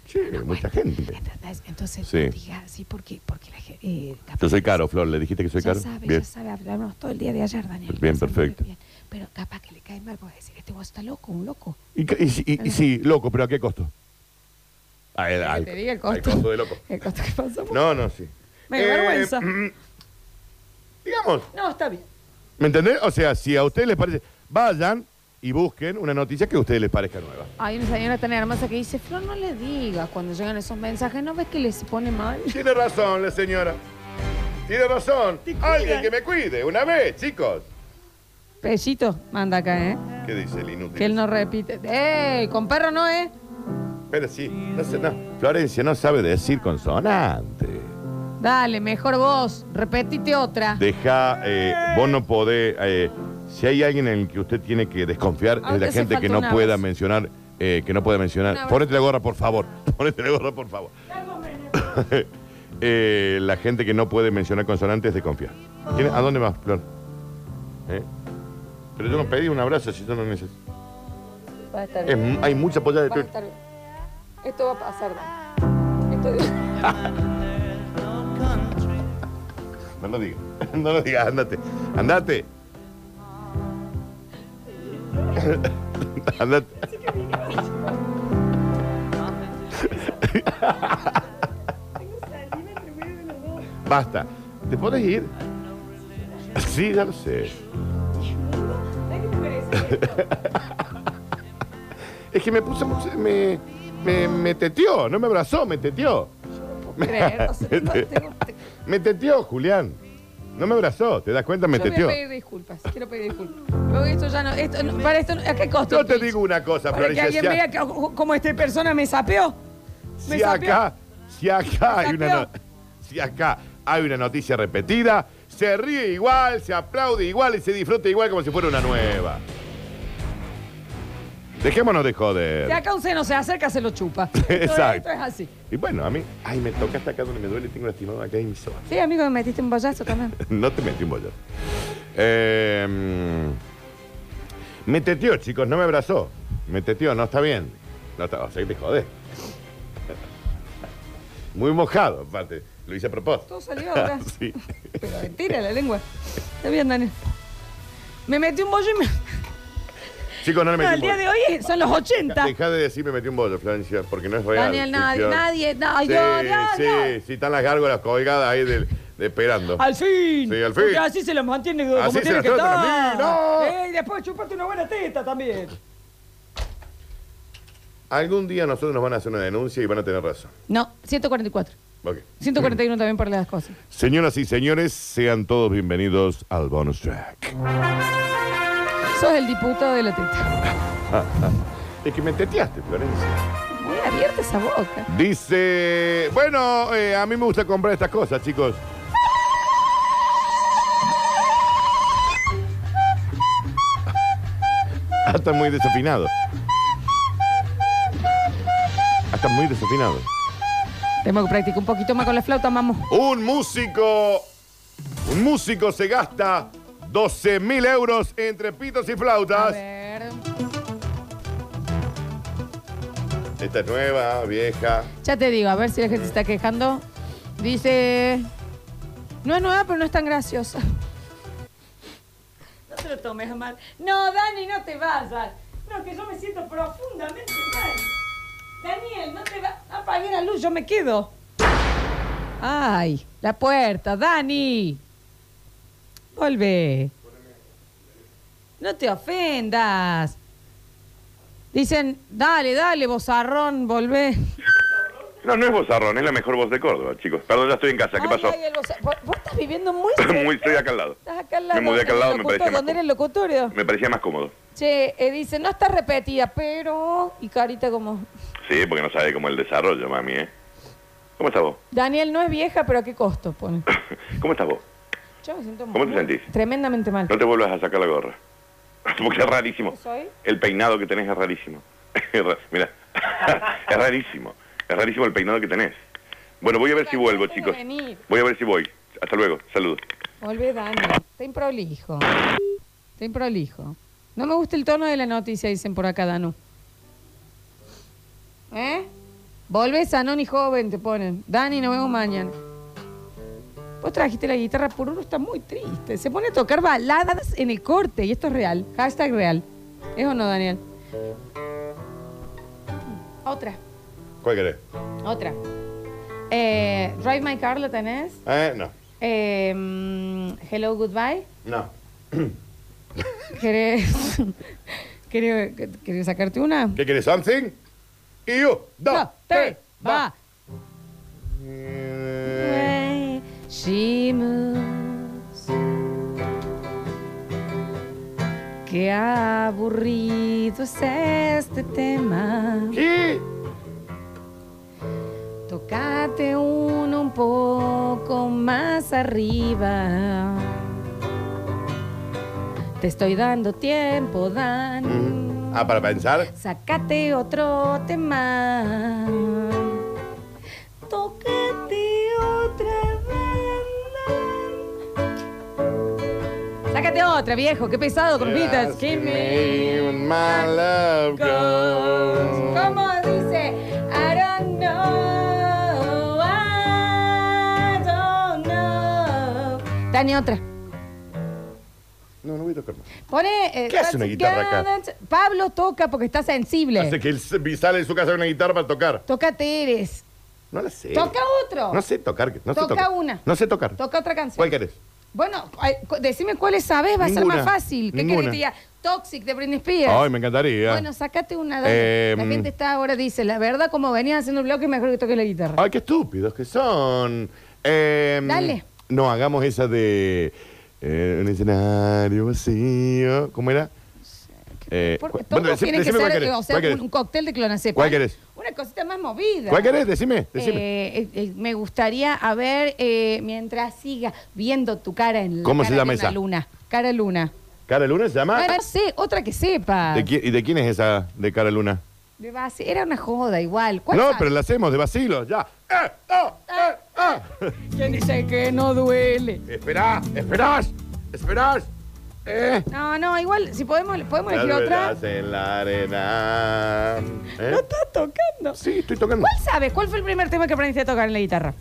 B: Sí, mucha gente.
A: ¿Entendés? Entonces,
B: Sí.
A: no diga así porque, porque la gente. eh, capaz
B: Yo soy
A: que-
B: caro, Flor. ¿Le dijiste que soy
A: ya
B: caro?
A: sabe,
B: Bien.
A: ya sabe, hablamos todo el día de ayer, Daniel.
B: Bien,
A: Pasa muy
B: perfecto.
A: bien. Pero capaz que le cae mal, vos decir, este vos está loco, un loco.
B: Y, ca- y sí- y- y sí, loco, pero ¿a qué costo? A- a- al-
A: Que te diga el
B: al
A: costo.
B: de loco.
A: (laughs) El costo que pasó. No.
B: No, no, sí. Eh, mm,
A: Me da vergüenza.
B: Digamos,
A: está bien.
B: ¿me entendés? O sea, si a ustedes les parece, vayan y busquen una noticia que a ustedes les parezca nueva.
A: Hay una señora tan hermosa que dice, Flor, no le digas cuando llegan esos mensajes, ¿no ves que les pone mal?
B: Tiene razón la señora. Tiene razón. Alguien que me cuide, una vez, chicos.
A: Pellito, manda acá, ¿eh?
B: ¿Qué dice el inútil?
A: Que él no repite. ¡Ey! Con perro no, ¿eh?
B: Pero sí, no sé, no. Florencia no sabe decir consonante.
A: Dale, mejor vos, repetite otra.
B: Deja, eh, vos no podés. eh, si hay alguien en el que usted tiene que desconfiar,
A: Ahora
B: es la
A: hace
B: gente
A: falta
B: que no
A: un
B: pueda
A: abrazo.
B: mencionar, eh, que no pueda mencionar.
A: abrazo.
B: Ponete la gorra, por favor. (laughs) Ponete la gorra,
A: (laughs)
B: por favor. Eh, la gente que no puede mencionar consonantes desconfía. ¿Quién- ¿A dónde vas, Flor? ¿Eh? Pero yo no pedí un abrazo si yo no necesito.
A: Va a estar
B: Es mu- hay mucha polla de
A: Vas a
B: tu.
A: estar bien. Esto va a pasar. Dani. Esto-
B: No lo digas. (laughs) No lo digas, andate. (laughs) Andate. andate. Basta. ¿Te podés ir? Sí, ya lo sé. Es que me puse. mucho- Me, me, me teteó, no me abrazó, me teteó. (laughs)
A: creer, o sea, no tengo- te-
B: Este, Me teteó, Julián. No me abrazó, ¿te das cuenta? Me
A: yo voy a
B: teteó.
A: pedir disculpas, quiero pedir disculpas. Luego esto ya no, esto no- para esto, no- ¿a qué costo?
B: Yo te digo una cosa,
A: Para que
B: Florencia.
A: alguien
B: si a-
A: vea que- cómo esta persona me sapeó.
B: Si,
A: Me sapeó.
B: acá, si acá
A: Me
B: hay una
A: sapeó.
B: no- si acá hay una noticia repetida, se ríe igual, se aplaude igual y se disfruta igual como si fuera una nueva. Dejémonos de
A: Si
B: joder.
A: acá un seno se acerca, se lo
B: (laughs)
A: chupa. Esto es-
B: Exacto.
A: Esto es así.
B: Y bueno, a mí, ay, me toca hasta acá donde me duele y tengo lastimado acá y mi soba.
A: Sí, amigo, me metiste un payaso también.
B: (laughs) No te metí un bollo. Eh, mm, me teteó, chicos, no me abrazó. Me teteó, no está bien. No está, o sea, que te jodé. (laughs) Muy mojado, aparte. Lo hice
A: (laughs)
B: a propósito.
A: Todo salió acá.
B: (laughs) Sí.
A: Pero mentira la lengua. Está bien, Daniel. Me metí un bollo y me...
B: Chicos, no le
A: No,
B: metí
A: el día
B: un
A: de
B: bollo.
A: hoy es- son los 80.
B: Deja de decir me metí un bollo, Florencia, porque no es real.
A: Daniel, nadie,
B: Ficción.
A: nadie. no, ay,
B: sí,
A: Dios, Dios,
B: sí,
A: Dios.
B: sí, están las gárgolas colgadas ahí del- de- esperando.
A: Al fin.
B: Sí, al fin.
A: Porque así se los mantiene como
B: Así se
A: tiene
B: las
A: que
B: tratan a
A: estar.
B: mí, no.
A: Eh, y después chuparte una buena teta también.
B: Algún día nosotros nos van a hacer una denuncia y van a tener razón.
A: No, 144.
B: Ok.
A: 141 también para las cosas.
B: Señoras y señores, sean todos bienvenidos al bonus track.
A: Sos el diputado de la teta.
B: Es que me teteaste, Florencia.
A: Muy abierta esa boca.
B: Dice, bueno, eh, a mí me gusta comprar estas cosas, chicos. Hasta Ah, muy desafinado. Hasta Ah, muy desafinado.
A: Tenemos que practicar un poquito más con la flauta, mamo.
B: Un músico. Un músico se gasta 12 mil euros entre pitos y
A: A
B: flautas.
A: ver.
B: Esta es nueva, vieja.
A: Ya te digo, a ver si la gente se está quejando. Dice. No es nueva, pero no es tan graciosa. No te lo tomes a mal. No, Dani, no te vayas. No, que yo me siento profundamente mal. Daniel, no te va. Apague la luz, yo me quedo. Ay, la puerta, Dani. Volve. No te ofendas. Dicen, dale, dale, bozarrón, volvé.
B: No, no es vozarrón, es la mejor voz de Córdoba, chicos. Perdón, ya estoy en casa. ¿Qué
A: Ay,
B: pasó?
A: ay, el boza- vos, vos estás viviendo
B: (coughs)
A: muy cerca.
B: (laughs) Muy, estoy acá al lado.
A: Estás acá al lado.
B: Me mudé acá al lado,
A: en el
B: me
A: locutor-
B: parecía más
A: ¿Dónde era el
B: cómodo.
A: locutorio?
B: Me parecía más cómodo.
A: Che, eh, dice, no está repetida, pero... Y carita como...
B: Sí, porque no sabe cómo el desarrollo, mami, ¿eh? ¿Cómo estás vos? (laughs)
A: Daniel no es vieja, pero ¿a qué costo?
B: (coughs)
A: Pone.
B: ¿Cómo estás vos?
A: Yo me siento
B: ¿Cómo te
A: muy-
B: sentís?
A: Tremendamente mal.
B: No te vuelvas a sacar la gorra. (laughs) Porque es rarísimo.
A: ¿Soy?
B: El peinado que tenés es rarísimo. (laughs) Es ra- Mira, (laughs) es rarísimo. Es rarísimo el peinado que tenés. Bueno, voy a ver si
A: Daniel,
B: vuelvo,
A: tenés
B: chicos.
A: que venir.
B: Voy a ver si voy. Hasta luego. Saludos.
A: Volvé, Daniel. Está improlijo. Está improlijo. No me gusta el tono de la noticia, dicen por acá, Danu. ¿Eh? Volvé, Sanón y joven, te ponen. Dani, nos vemos mañana. Vos trajiste la guitarra, por uno está muy triste. Se pone a tocar baladas en el corte, y esto es real. Hashtag real. ¿Es o no, Daniel? Otra,
B: ¿Cuál querés?
A: otra. Eh, Drive My Car, ¿lo tenés?
B: Eh, no.
A: Eh, mm, hello, goodbye.
B: No.
A: ¿Querés, (laughs) querés, querés sacarte una?
B: ¿Qué querés? ¿Something? Y yo. Dos, tres, va.
A: Way she moves. Qué aburrido es este tema.
B: ¿Qué?
A: Tocate uno un poco más arriba. Te estoy dando tiempo, Dan.
B: Ah, para pensar.
A: Sácate otro tema. Tócate otra banda. Sácate otra, viejo. Qué pesado, compitas. Give me
B: My love
A: goes.
B: goes.
A: ¿Cómo dice? I don't know. I don't know. Dani, otra.
B: No, no voy a tocar más.
A: Pone. eh,
B: ¿Qué hace una guitarra acá?
A: Pablo toca porque está sensible.
B: Hace que él se- sale de su casa con una guitarra para tocar.
A: Tócate, eres.
B: No la sé.
A: Toca otro.
B: Eh, No sé tocar. No sé
A: Toca
B: tocar.
A: una.
B: No sé tocar.
A: Toca otra canción.
B: ¿Cuál querés?
A: Bueno, ay, cu- decime cuáles sabes, va a ser
B: Ninguna.
A: más fácil. ¿Qué
B: Ninguna.
A: querés que te diga? Toxic de Britney Spears.
B: Ay, me encantaría.
A: Bueno, sácate una. dale.
B: Eh,
A: la gente está ahora, dice, la verdad, como venías haciendo el bloque, mejor que toques la guitarra.
B: Ay, qué estúpidos que son. Eh,
A: Dale.
B: No, hagamos esa de. eh, un escenario vacío. ¿Cómo era? Eh,
A: Porque
B: cu-
A: todo
B: bueno, decí-
A: tiene que
B: decime cuál
A: ser,
B: querés,
A: eh, o sea,
B: cuál querés.
A: un, un cóctel de clonazepam.
B: ¿Cuál querés?
A: Una cosita más movida.
B: ¿Cuál querés? Decime, decime.
A: Eh, eh, eh, me gustaría, a ver, eh, mientras siga viendo tu cara en la
B: ¿Cómo se
A: cara
B: llama
A: de una
B: esa?
A: luna. Cara luna.
B: ¿Cara Luna se llama?
A: Ah, no sé, otra que sepa.
B: ¿De quién- ¿Y de quién es esa de Cara Luna?
A: De base, Era una joda igual. ¿Cuál
B: No,
A: sabe?
B: pero la hacemos de vacilo, ya. ¡Eh, oh, eh, ah!
A: ¿Quién dice que no duele?
B: Esperá, esperás, esperás. Eh.
A: No, no, igual, si podemos, podemos elegir otra.
B: Las en la arena. ¿Eh?
A: No estás tocando.
B: Sí, estoy tocando.
A: ¿Cuál sabes? ¿Cuál fue el primer tema que aprendiste a tocar en la guitarra?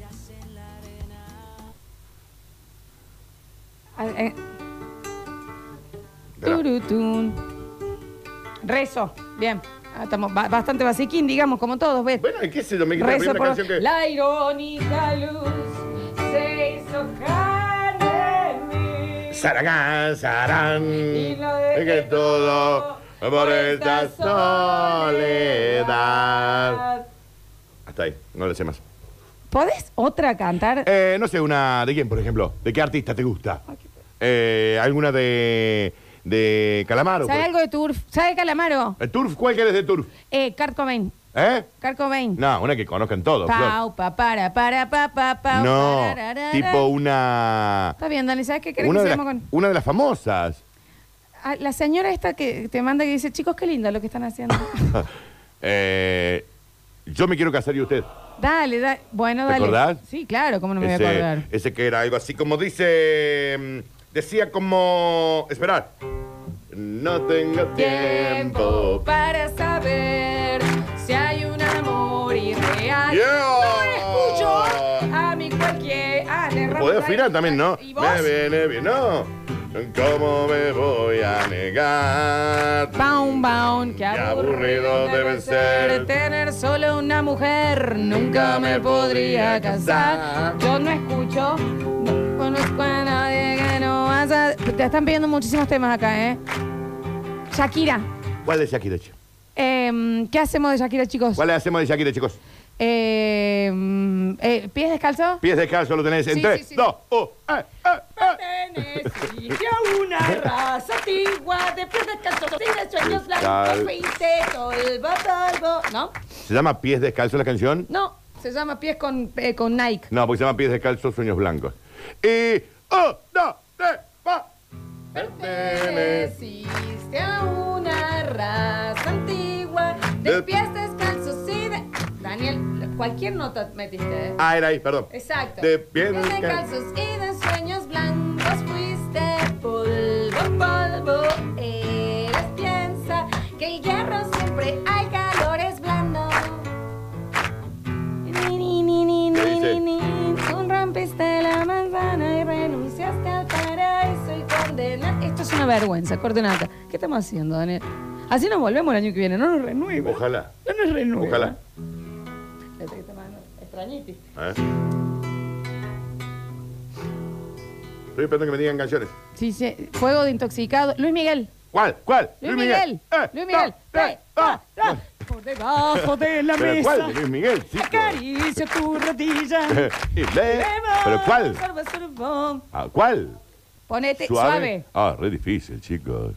A: Ah, eh,
B: Espera.
A: turutún. Rezo. Bien. Ah, estamos ba- bastante basiquín, digamos, como todos. ¿ves?
B: Bueno, ¿y qué sé yo? Me quita la
A: Rezo
B: primera
A: por
B: canción que...
A: la irónica luz se hizo carne en mí.
B: Saragán, sarán.
A: Y lo dejé
B: Es que todo por esta soledad. Hasta ahí, no le sé más.
A: ¿Podés otra cantar?
B: Eh, no sé, una. ¿De quién, por ejemplo? ¿De qué artista te gusta? Eh, ¿Alguna de. de Calamaro?
A: ¿Sabe
B: por-
A: algo de Turf? ¿Sabe Calamaro?
B: ¿El Turf? ¿Cuál querés de Turf?
A: Eh, Kurt Cobain.
B: ¿Eh?
A: Kurt Cobain.
B: No, una que conozcan todos. Flor.
A: Pau, pa, para, para, pa, pa, pau.
B: No,
A: pararara.
B: tipo una.
A: Está bien, Dani, ¿sabes qué crees
B: Una
A: que
B: de,
A: se
B: las-
A: con...?
B: una de las famosas. (laughs)
A: Ah, la señora esta que te manda que dice, chicos, qué lindo lo que están haciendo.
B: (laughs) Eh, yo me quiero casar y usted.
A: dale, dale. Bueno,
B: ¿Te
A: dale.
B: acordás?
A: Sí, claro, cómo no me voy a
B: ese,
A: acordar.
B: ese que era algo así como dice. mm, Decía como. Esperar. No tengo tiempo.
A: Tiempo para saber si hay un amor irreal.
B: Yeah.
A: No escucho a mi cualquier. Ah, le rompo
B: Podés
A: la-
B: afinar también, ¿no?
A: ¿Y vos?
B: Me viene bien, no. ¿Cómo me voy a negar?
A: Baum, baum, qué
B: Qué
A: aburrido debe ser tener solo una mujer. Nunca me podría casar. Yo no escucho, no conozco a nadie que no vas a. Te están pidiendo muchísimos temas acá, ¿eh? Shakira.
B: ¿Cuál es Shakira, chicos?
A: Em, ¿Qué hacemos de Shakira, chicos?
B: ¿Cuál le hacemos de Shakira, chicos?
A: Em, eh, ¿Pies descalzos?
B: Pies descalzos lo tenés oh, en
A: Sí,
B: 3,
A: sí, sí.
B: 2, 1. ah.
A: Perteneciste a una raza antigua de pies descalzos, sin sueños blancos,
B: Tal.
A: fuiste tolvo, tolvo. ¿No?
B: ¿Se llama Pies descalzos la canción?
A: No, se llama pies con, eh, con Nike.
B: No, porque se llama Pies Descalzos, Sueños Blancos. Y. ¡Un, dos, tres, va!
A: Perteneciste a una raza antigua de
B: De-
A: pies descalzos y de... Daniel, cualquier nota metiste. ¿eh?
B: Ah, era ahí, perdón.
A: Exacto.
B: De pies
A: descalzos y de sueños blancos fuiste polvo, polvo. Él piensa que el hierro siempre hay calores blandos. Ni, ni, ni, ni,
B: ¿Qué
A: ni,
B: dice?
A: ni, ni. Tú rompiste la manzana y renunciaste al paraíso y condena. Esto es una vergüenza, coordenata. ¿Qué estamos haciendo, Daniel? Así nos volvemos el año que viene, no nos renueva.
B: Ojalá.
A: No nos renueva.
B: Ojalá.
A: Espérate que te mando extrañitis.
B: ¿Eh? Estoy esperando que me digan canciones.
A: Sí, sí, fuego de intoxicado. Luis Miguel.
B: ¿Cuál? ¿Cuál?
A: Luis Miguel.
B: Eh,
A: Luis Miguel.
B: dos, tres, va.
A: Por debajo de la
B: ¿Pero
A: mesa.
B: cuál? Luis Miguel, sí.
A: Acaricio tu rodilla.
B: (laughs) Y le- ¿Pero cuál?
A: Sorbo, sorbo.
B: ¿A cuál?
A: Ponete Eh, suave.
B: ¿Suave? Ah, re difícil, chicos.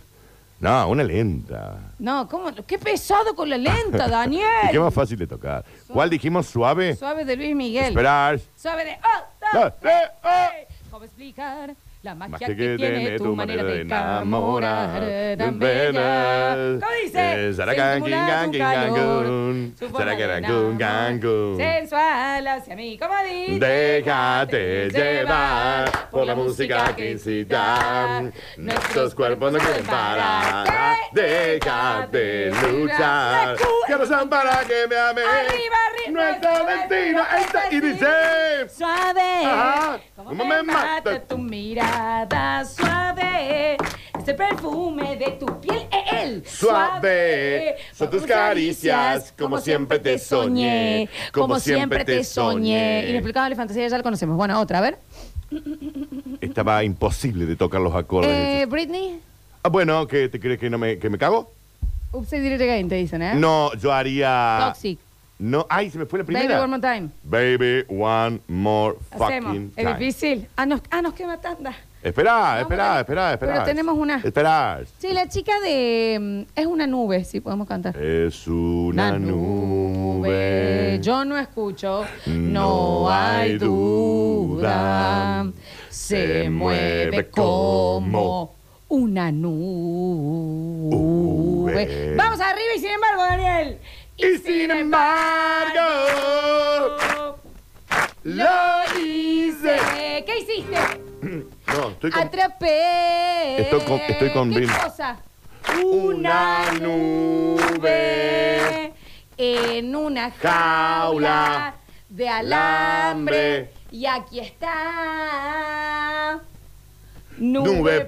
B: No, una lenta.
A: No, ¿cómo? Qué pesado con la
B: (laughs)
A: lenta, Daniel.
B: ¿Y qué más fácil de tocar? ¿Cuál dijimos suave?
A: Suave de Luis Miguel.
B: Esperar.
A: Suave de. ¡Oh,
B: Dos, tres, ah.
A: ¿Cómo explicar la magia,
B: Magia
A: que, tiene tu manera de enamorar? Tan bella. ¿Cómo dice?
B: Eh, Saracán,
A: Singular tu
B: King, King,
A: calor,
B: Cancún.
A: su forma de
B: Saracán, Cancún,
A: enamorar.
B: Cancún.
A: Sensual hacia mí, como dice.
B: Déjate llevar por la música que incitan. Nuestros cuerpos no quieren parar. Déjate luchar. Que no sean para que me ames.
A: Arriba, arriba.
B: Nuestro destino está y dice.
A: Suave,
B: Ajá.
A: como me mata tu mirada suave. Ese perfume de tu piel eh, es él.
B: Suave, son tus caricias, como siempre te soñé, como siempre te soñé.
A: Inexplicable fantasía, ya la conocemos. Bueno, otra, a ver.
B: Estaba imposible de tocar los acordes.
A: Eh, Britney,
B: Ah, bueno, ¿qué te crees que no me, que me cago?
A: Upside Direct Again te dicen, ¿eh?
B: No, yo haría.
A: Toxic.
B: No, ay, se me fue la
A: Baby
B: primera.
A: One More Time.
B: Baby one more
A: Hacemos.
B: fucking
A: Es
B: time.
A: difícil. Ah, nos, ah, nos queda tanda.
B: Esperá,
A: No,
B: esperá,
A: bueno,
B: esperá, esperá.
A: pero tenemos una.
B: Esperá.
A: Sí, la chica de... mm, Es una nube, sí, podemos cantar.
B: Es una nube.
A: Yo no escucho.
B: No hay duda.
A: Se mueve como una nube.
B: Nube.
A: Vamos arriba y sin embargo, Daniel.
B: Y sin embargo, lo hice.
A: Eh, ¿Qué hiciste?
B: No, estoy con
A: Atrapé.
B: Estoy con- estoy con
A: ¿Qué
B: Bill.
A: cosa?
B: una nube.
A: en una jaula de alambre. Y aquí está.
B: Nube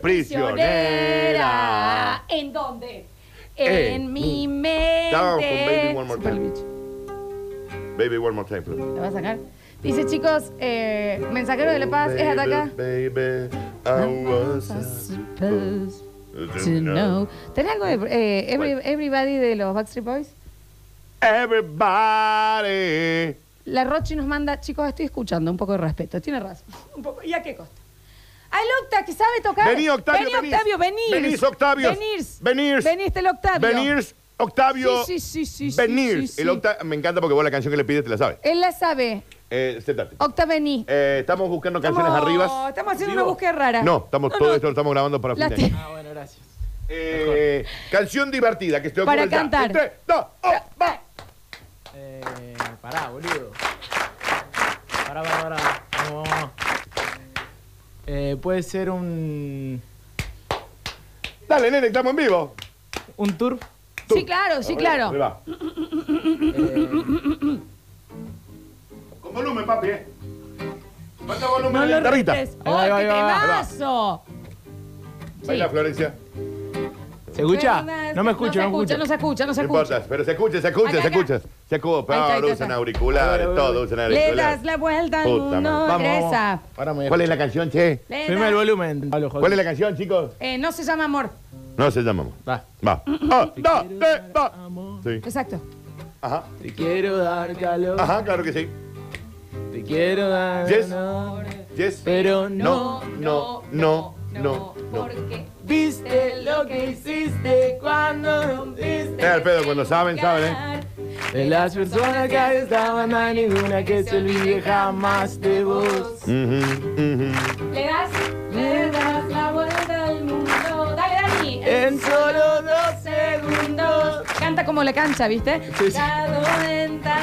B: prisionera.
A: ¿En dónde?
B: Eh,
A: En mi
B: mm. Down con
A: mente.
B: Baby One More
A: Super
B: Time.
A: Beach.
B: Baby one more time, please.
A: ¿La vas a sacar? Dice, chicos, eh, mensajero de la paz, es hasta acá.
B: Baby, I was a-
I: pues.
A: To know. ¿Tenés algo de eh, Every-
B: ¿Cuál?
A: Everybody de los Backstreet Boys?
B: Everybody.
I: La Rochi nos manda, chicos, estoy escuchando, un poco de respeto.
D: (laughs)
I: Tiene razón. Un poco. ¿Y a qué costa? Al Octa, que sabe tocar.
B: Vení, Octavio.
I: Vení, Octavio, venís.
B: Venís, Octavio.
I: Venís.
B: Venís.
I: Veniste el Octavio.
B: Venís, Octavio.
I: Sí, sí, sí, sí,
B: Venís.
I: sí, sí,
B: El
I: sí.
B: Octa, me encanta porque vos la canción que le pides te la sabes.
I: Él la sabe.
B: Eh, sentate.
I: Octa, vení.
B: Eh, estamos buscando canciones
I: Estamos-
B: arriba.
I: estamos haciendo una búsqueda rara.
B: No, estamos,
I: No,
B: todo
I: no.
B: esto lo estamos grabando para fin
I: La
B: de
I: ti-
B: año. Eh, canción divertida que estoy
I: Para cantar.
B: tres, dos, oh, va.
D: Eh, pará, boludo. Pará, pará, pará. Vamos, vamos. Eh, puede ser un.
B: Dale, nene, estamos en vivo.
D: un tour.
B: Tú.
I: Sí, claro, sí,
B: Ahí
I: claro. Eh,
B: va. Con volumen, papi, eh. Falta volumen
I: No
B: en la
I: lo
B: guitarrita.
I: repites.
D: Ahí va,
I: ¡Oh,
D: ahí
I: qué
D: va, ahí va.
I: temazo!
B: Baila, Florencia.
D: ¿Se escucha?
I: Fernández,
D: No me escucho, no me escucho.
I: No se escucha, no se
B: No
I: escucha.
B: importa, pero se escucha, se escucha,
I: Acá,
B: se
I: acá.
B: escucha. Se escucha.
I: Ahí está, ahí
B: Ahora
I: está,
B: usan
I: está.
B: auriculares, todos usan
I: Le
B: auriculares.
I: das la vuelta al
B: Puta
I: mundo,
B: madre.
D: Vamos,
I: regresa.
D: Ahora me
B: ¿Cuál es la canción, che?
I: Le
D: Subime
I: das-
D: el volumen. Pablo, joder.
B: ¿Cuál es la canción, chicos?
I: Eh, no se llama amor.
B: No se llamamos.
D: Va.
B: Va. Ah, da, de, da.
D: Amor,
B: Sí.
I: Exacto.
B: Ajá.
D: Te quiero dar calor.
B: Ajá, claro que sí.
D: Te quiero dar
B: Yes.
D: calor.
B: Yes.
D: Pero no.
B: No, no, no, no, no.
I: Porque
D: Viste lo que hiciste cuando
B: Eh,
D: rompiste.
B: al pedo, cuando saben, saben, eh.
D: De las personas que ahí estaban, no hay ninguna que se olvide jamás de vos.
B: Ujú, ujú.
I: Le das, le das la vuelta al mundo. Dale, Dani.
D: En solo dos segundos.
I: Canta como la cancha, ¿viste?
D: Sí, sí.
I: Hasta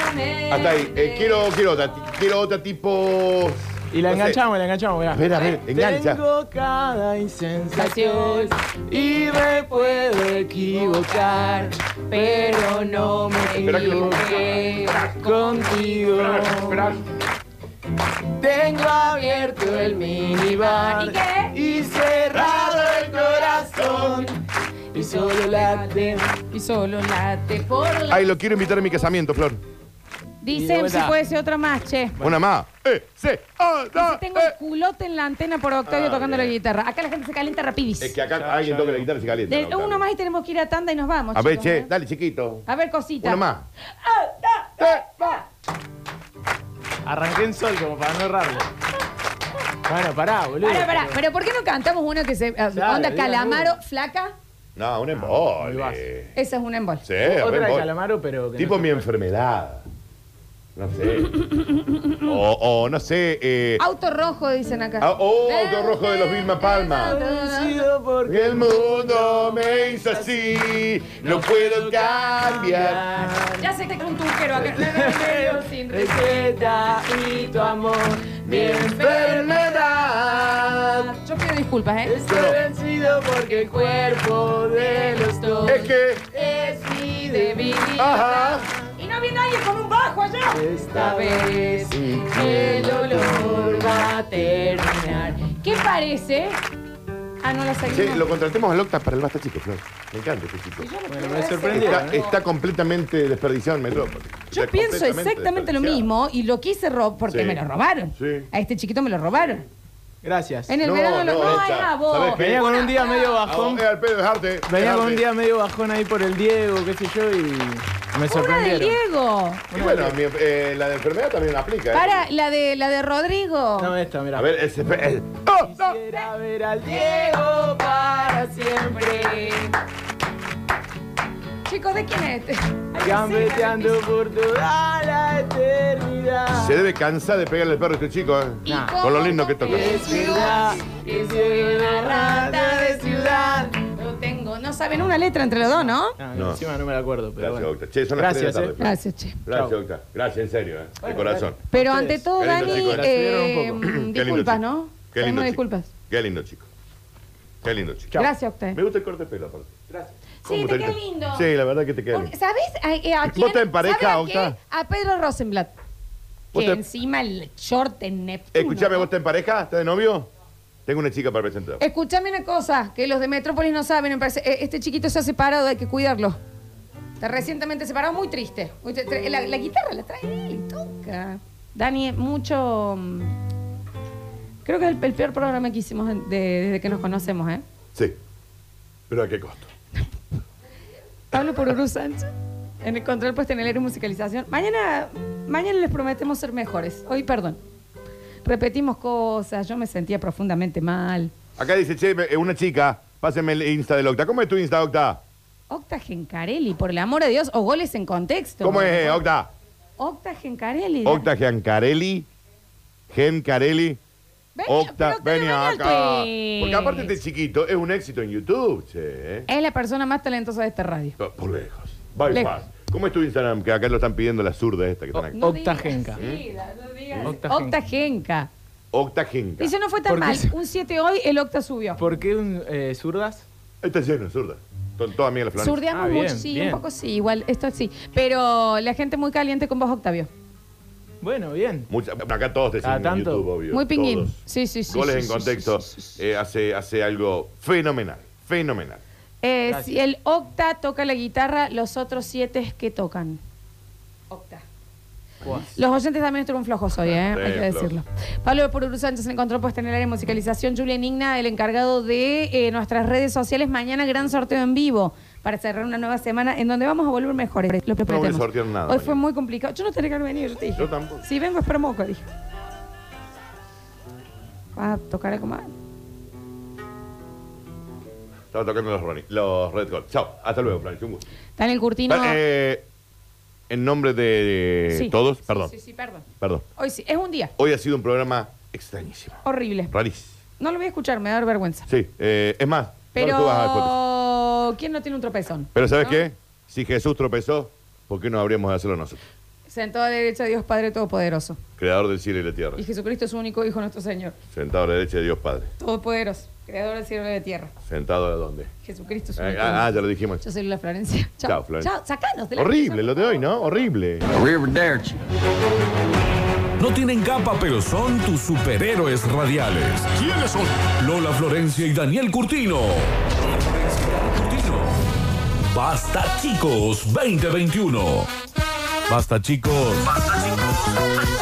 B: Hasta ahí. Eh, quiero, quiero, otra, ti- quiero otra tipo.
D: Y la
B: no sé.
D: enganchamos, la enganchamos, mirá.
B: Espera, a ver, engancha.
D: Tengo cada insensación y me puedo equivocar, pero no me
B: Espera que lo-
D: equivoqué contigo.
B: Espera.
D: Tengo abierto el minibar
I: ¿Y qué?
D: y cerrado el corazón y solo late.
I: Y solo late por la...
B: Ay, lo quiero invitar a mi casamiento, Flor.
D: Y de
I: Dicen si
D: vuelta.
I: puede ser otra más, che.
B: Una más. Eh, se, ah, da,
I: Tengo
B: eh.
I: el culote en la antena por Octavio
B: Ah,
I: tocando la
B: bien.
I: guitarra. Acá la gente se calienta rapidis.
B: Es que acá alguien toca la guitarra y se calienta.
I: De-
B: no, claro.
I: uno más y tenemos que ir a tanda y nos vamos.
B: A ver,
I: chicos,
B: che,
I: ¿eh?
B: dale, chiquito.
I: A ver, cosita.
B: Uno más. Eh.
I: Ah, da, da, da.
D: Arranqué en sol como para no errarlo. Bueno, pará, boludo.
I: Pará, pará. Pero ¿por qué no cantamos una que se. ah,
D: Claro,
I: onda
D: digan
I: Calamaro,
D: uno.
I: flaca?
B: No, un
D: Ah, muy
B: embole.
D: básico.
I: Esa es una embol.
B: Sí, a ver,
D: Otra de
B: vos.
D: calamaro, pero que
B: Tipo
D: no-
B: mi enfermedad. No
I: (laughs)
B: sé. o, o, no sé. Eh,
I: Auto rojo, dicen acá.
B: ah, oh, auto rojo de los Vilma Palma.
D: Conocido por
B: Porque el mundo me hizo así. No puedo cambiar.
I: Ya sé que es un
B: (laughs)
I: tuquero acá. No, no, no, no, sin
D: receta
I: receta.
D: y tu amor, mi enfermedad.
I: Yo pido disculpas, ¿eh?
D: Estoy vencido porque el cuerpo de los dos
B: Es que.
D: es mi debilidad.
B: Ajá.
I: Y no viene alguien con un bajo allá.
D: Esta vez el dolor va a terminar.
I: ¿Qué parece? Ah, no la
B: Sí,
I: seguimos.
B: lo contratemos al Octa para el basta chico, Flor. Me encanta este chico.
I: Yo no
D: Bueno,
I: quiero
D: me
I: hacer-
D: sorprendí.
B: Está, está completamente desperdiciado en Metrópolis.
I: Yo
B: Está
I: pienso
B: completamente
I: exactamente lo
B: desperdiciado.
I: mismo y lo quise robar porque
B: Sí.
I: me lo robaron.
B: Sí.
I: A este chiquito me lo robaron.
D: Gracias.
I: En el
B: No,
I: verano lo
B: no,
I: no,
B: esta.
I: es a vos.
B: ¿Sabés qué?
D: Venía con un día medio
B: Ah, vos,
D: bajón.
B: eh, al pedo, dejarte.
D: Venía con
B: dejarte.
D: un día medio bajón ahí por el Diego, qué sé yo, y me
I: Una de
D: sorprendieron.
I: Diego.
B: Y bueno, mi- eh, la de enfermedad también aplica. ¿eh?
I: Para, la de, la de Rodrigo.
D: No, esta, mira.
B: A ver, ese. eh, ¡Oh!
D: Quisiera ver al Diego para siempre.
I: Chicos, ¿de quién es este? Ay,
D: Gambeteando
I: sí,
D: por toda la eternidad.
B: Se debe cansar de pegarle el perro a este chico, ¿eh?
I: ¿Y
D: Nah.
I: cómo
B: Con lo lindo que
I: te
B: toca.
D: Es ciudad, es una rata de ciudad.
I: No tengo, no saben una letra entre los dos, ¿no?
D: No,
B: No.
D: encima no me la acuerdo, pero
B: Gracias,
D: bueno.
B: Octa. Che, son las
D: Gracias,
B: tres de la tarde.
D: eh.
B: Flor.
I: Gracias, che.
B: Gracias,
D: Chao.
B: Octa. Gracias, en serio, ¿eh? De
D: Bueno,
B: corazón.
D: gracias.
I: Pero
D: Ustedes.
I: ante todo,
B: Qué lindo,
I: Dani,
B: chicos. La
I: eh,
D: subieron un
B: (clears throat) Qué lindo
I: disculpas,
B: chico.
I: ¿no?
B: Qué lindo.
I: Pedimos
B: chico.
I: disculpas.
B: Qué lindo, chico. Qué lindo, chico.
D: Chao.
I: Gracias, Octave.
B: Me gusta el corte de pelo, aparte.
D: Gracias.
I: Sí,
B: ¿Cómo
I: te
B: te
I: queda
B: gusta?
I: lindo.
B: Sí, la verdad que te queda
I: Porque,
B: lindo.
I: ¿Sabés a, a
B: ¿Vos
I: quién?
B: te emparejás,
I: ¿Sabés a,
B: Octa?
I: quién? a Pedro Rosenblatt.
B: ¿Vos
I: Que
B: te-
I: encima el short en Neptuno.
B: Escuchame, ¿vos estás en pareja? ¿Estás de novio? Tengo una chica para presentar.
I: Escuchame una cosa que los de Metrópolis no saben. me parece. Eh, Este chiquito se ha separado, hay que cuidarlo. Está recientemente separado, muy triste. Muy triste. La, la guitarra la trae él, toca. Dani, mucho. mm, Creo que es el, el peor programa que hicimos en- de- desde que nos conocemos, ¿eh?
B: Sí. ¿Pero a qué costo?
I: pues, Pablo Porurú Sánchez, en el control puesto en el aire y musicalización. Mañana Mañana les prometemos ser mejores. Hoy, perdón. Repetimos cosas, yo me sentía profundamente mal.
B: Acá dice, che, me- eh, una chica, pásenme el Insta del Octa. ¿Cómo es tu Insta, Octa?
I: Octa Gencarelli, por el amor de Dios, o goles en contexto.
B: ¿Cómo es, eh, Octa?
I: Octa Gencarelli.
B: Octa Giancarelli. Gencarelli.
I: Vení,
B: Octa,
I: pero que
B: vení
I: le venga el
B: acá.
I: twist.
B: Porque aparte este chiquito es un éxito en YouTube, che. eh.
I: Es la persona más talentosa de esta radio.
B: Por- Por lejos. Bypass.
I: Lejos. Oh,
B: ¿Cómo es tu Instagram? Que acá lo están pidiendo la zurda esta que están acá.
I: No digas
J: Octa Genca.
I: así, la- no digas-
J: Octa
I: Octa Genca.
B: Octa Genca.
I: Dice, no fue tan
J: ¿Por qué
I: mal.
J: se-
I: Un 7 hoy, el Octa subió.
J: ¿Por qué un, eh, zurdas?
B: Está lleno de zurda. Son todas mías las flores.
I: Surdeamos
J: Ah, bien,
I: mucho, sí, un
J: bien.
I: poco sí, igual, esto sí. Pero la gente muy caliente con vos, Octavio.
J: Bueno, bien.
B: Mucha- acá todos decimos
J: Cada
B: en
J: tanto.
B: YouTube, obvio.
I: Muy pinguín.
B: Todos.
I: Sí, sí, sí,
B: Goles
I: sí,
B: en
I: sí,
B: contexto
I: sí, sí, sí,
B: eh, hace, hace algo fenomenal. Fenomenal.
I: Eh,
J: Gracias.
I: si el Octa toca la guitarra, los otros siete es que tocan. Octa.
J: Buah.
I: Los oyentes también estuvieron flojos hoy, ¿eh?
B: Sí,
I: hay que
B: flojos.
I: decirlo. Pablo de Pururu Sánchez encontró puesta en el área de musicalización. Julián Igna, el encargado de eh, nuestras redes sociales. Mañana gran sorteo en vivo para cerrar una nueva semana en donde vamos a volver mejores. Lo
B: voy a
I: prometemos.
B: sortear nada
I: hoy
B: mañana.
I: fue muy complicado. Yo no tenía que haber venido, yo te dije.
B: Yo tampoco.
I: Si vengo es para moco, dije. Va a tocar algo más.
B: Estaba tocando los, Ronnie, los Red Hot. Chao. Hasta luego, Florencia. Un gusto.
I: Daniel Curtino.
B: Eh, en nombre de
I: Sí.
B: todos,
I: Sí,
B: perdón.
I: Sí, sí, perdón.
B: Perdón.
I: Hoy sí, es un día
B: Hoy ha sido un programa extrañísimo.
I: horrible.
B: Rarísimo.
I: No lo voy a escuchar, me va a dar vergüenza.
B: Sí. eh, es más, no lo subas a Spotify.
I: Pero, ¿quién no tiene un tropezón?
B: Pero ¿sabes
I: ¿No?
B: qué? Si Jesús tropezó, ¿por qué no habríamos de hacerlo nosotros?
I: Sentado a la derecha de Dios Padre Todopoderoso.
B: Creador del cielo y la tierra.
I: Y Jesucristo es su único Hijo, nuestro Señor.
B: Sentado a la derecha de Dios Padre.
I: Todopoderoso, Creador del cielo y de la tierra.
B: Sentado a dónde?
I: Jesucristo es su
B: Eh,
I: único
B: ah, ah,
I: Hijo.
B: ya lo dijimos.
I: Yo soy la Florencia. Chao,
B: Chao, Florencia.
I: Chao, sacanos de la
B: Horrible
I: mesa.
B: lo de hoy, ¿no? Horrible.
D: No tienen capa, pero son tus superhéroes radiales. ¿Quiénes son? Lola Florencia y Daniel Curtino. Curtino. Basta chicos 2021. Basta chicos. Basta chicos.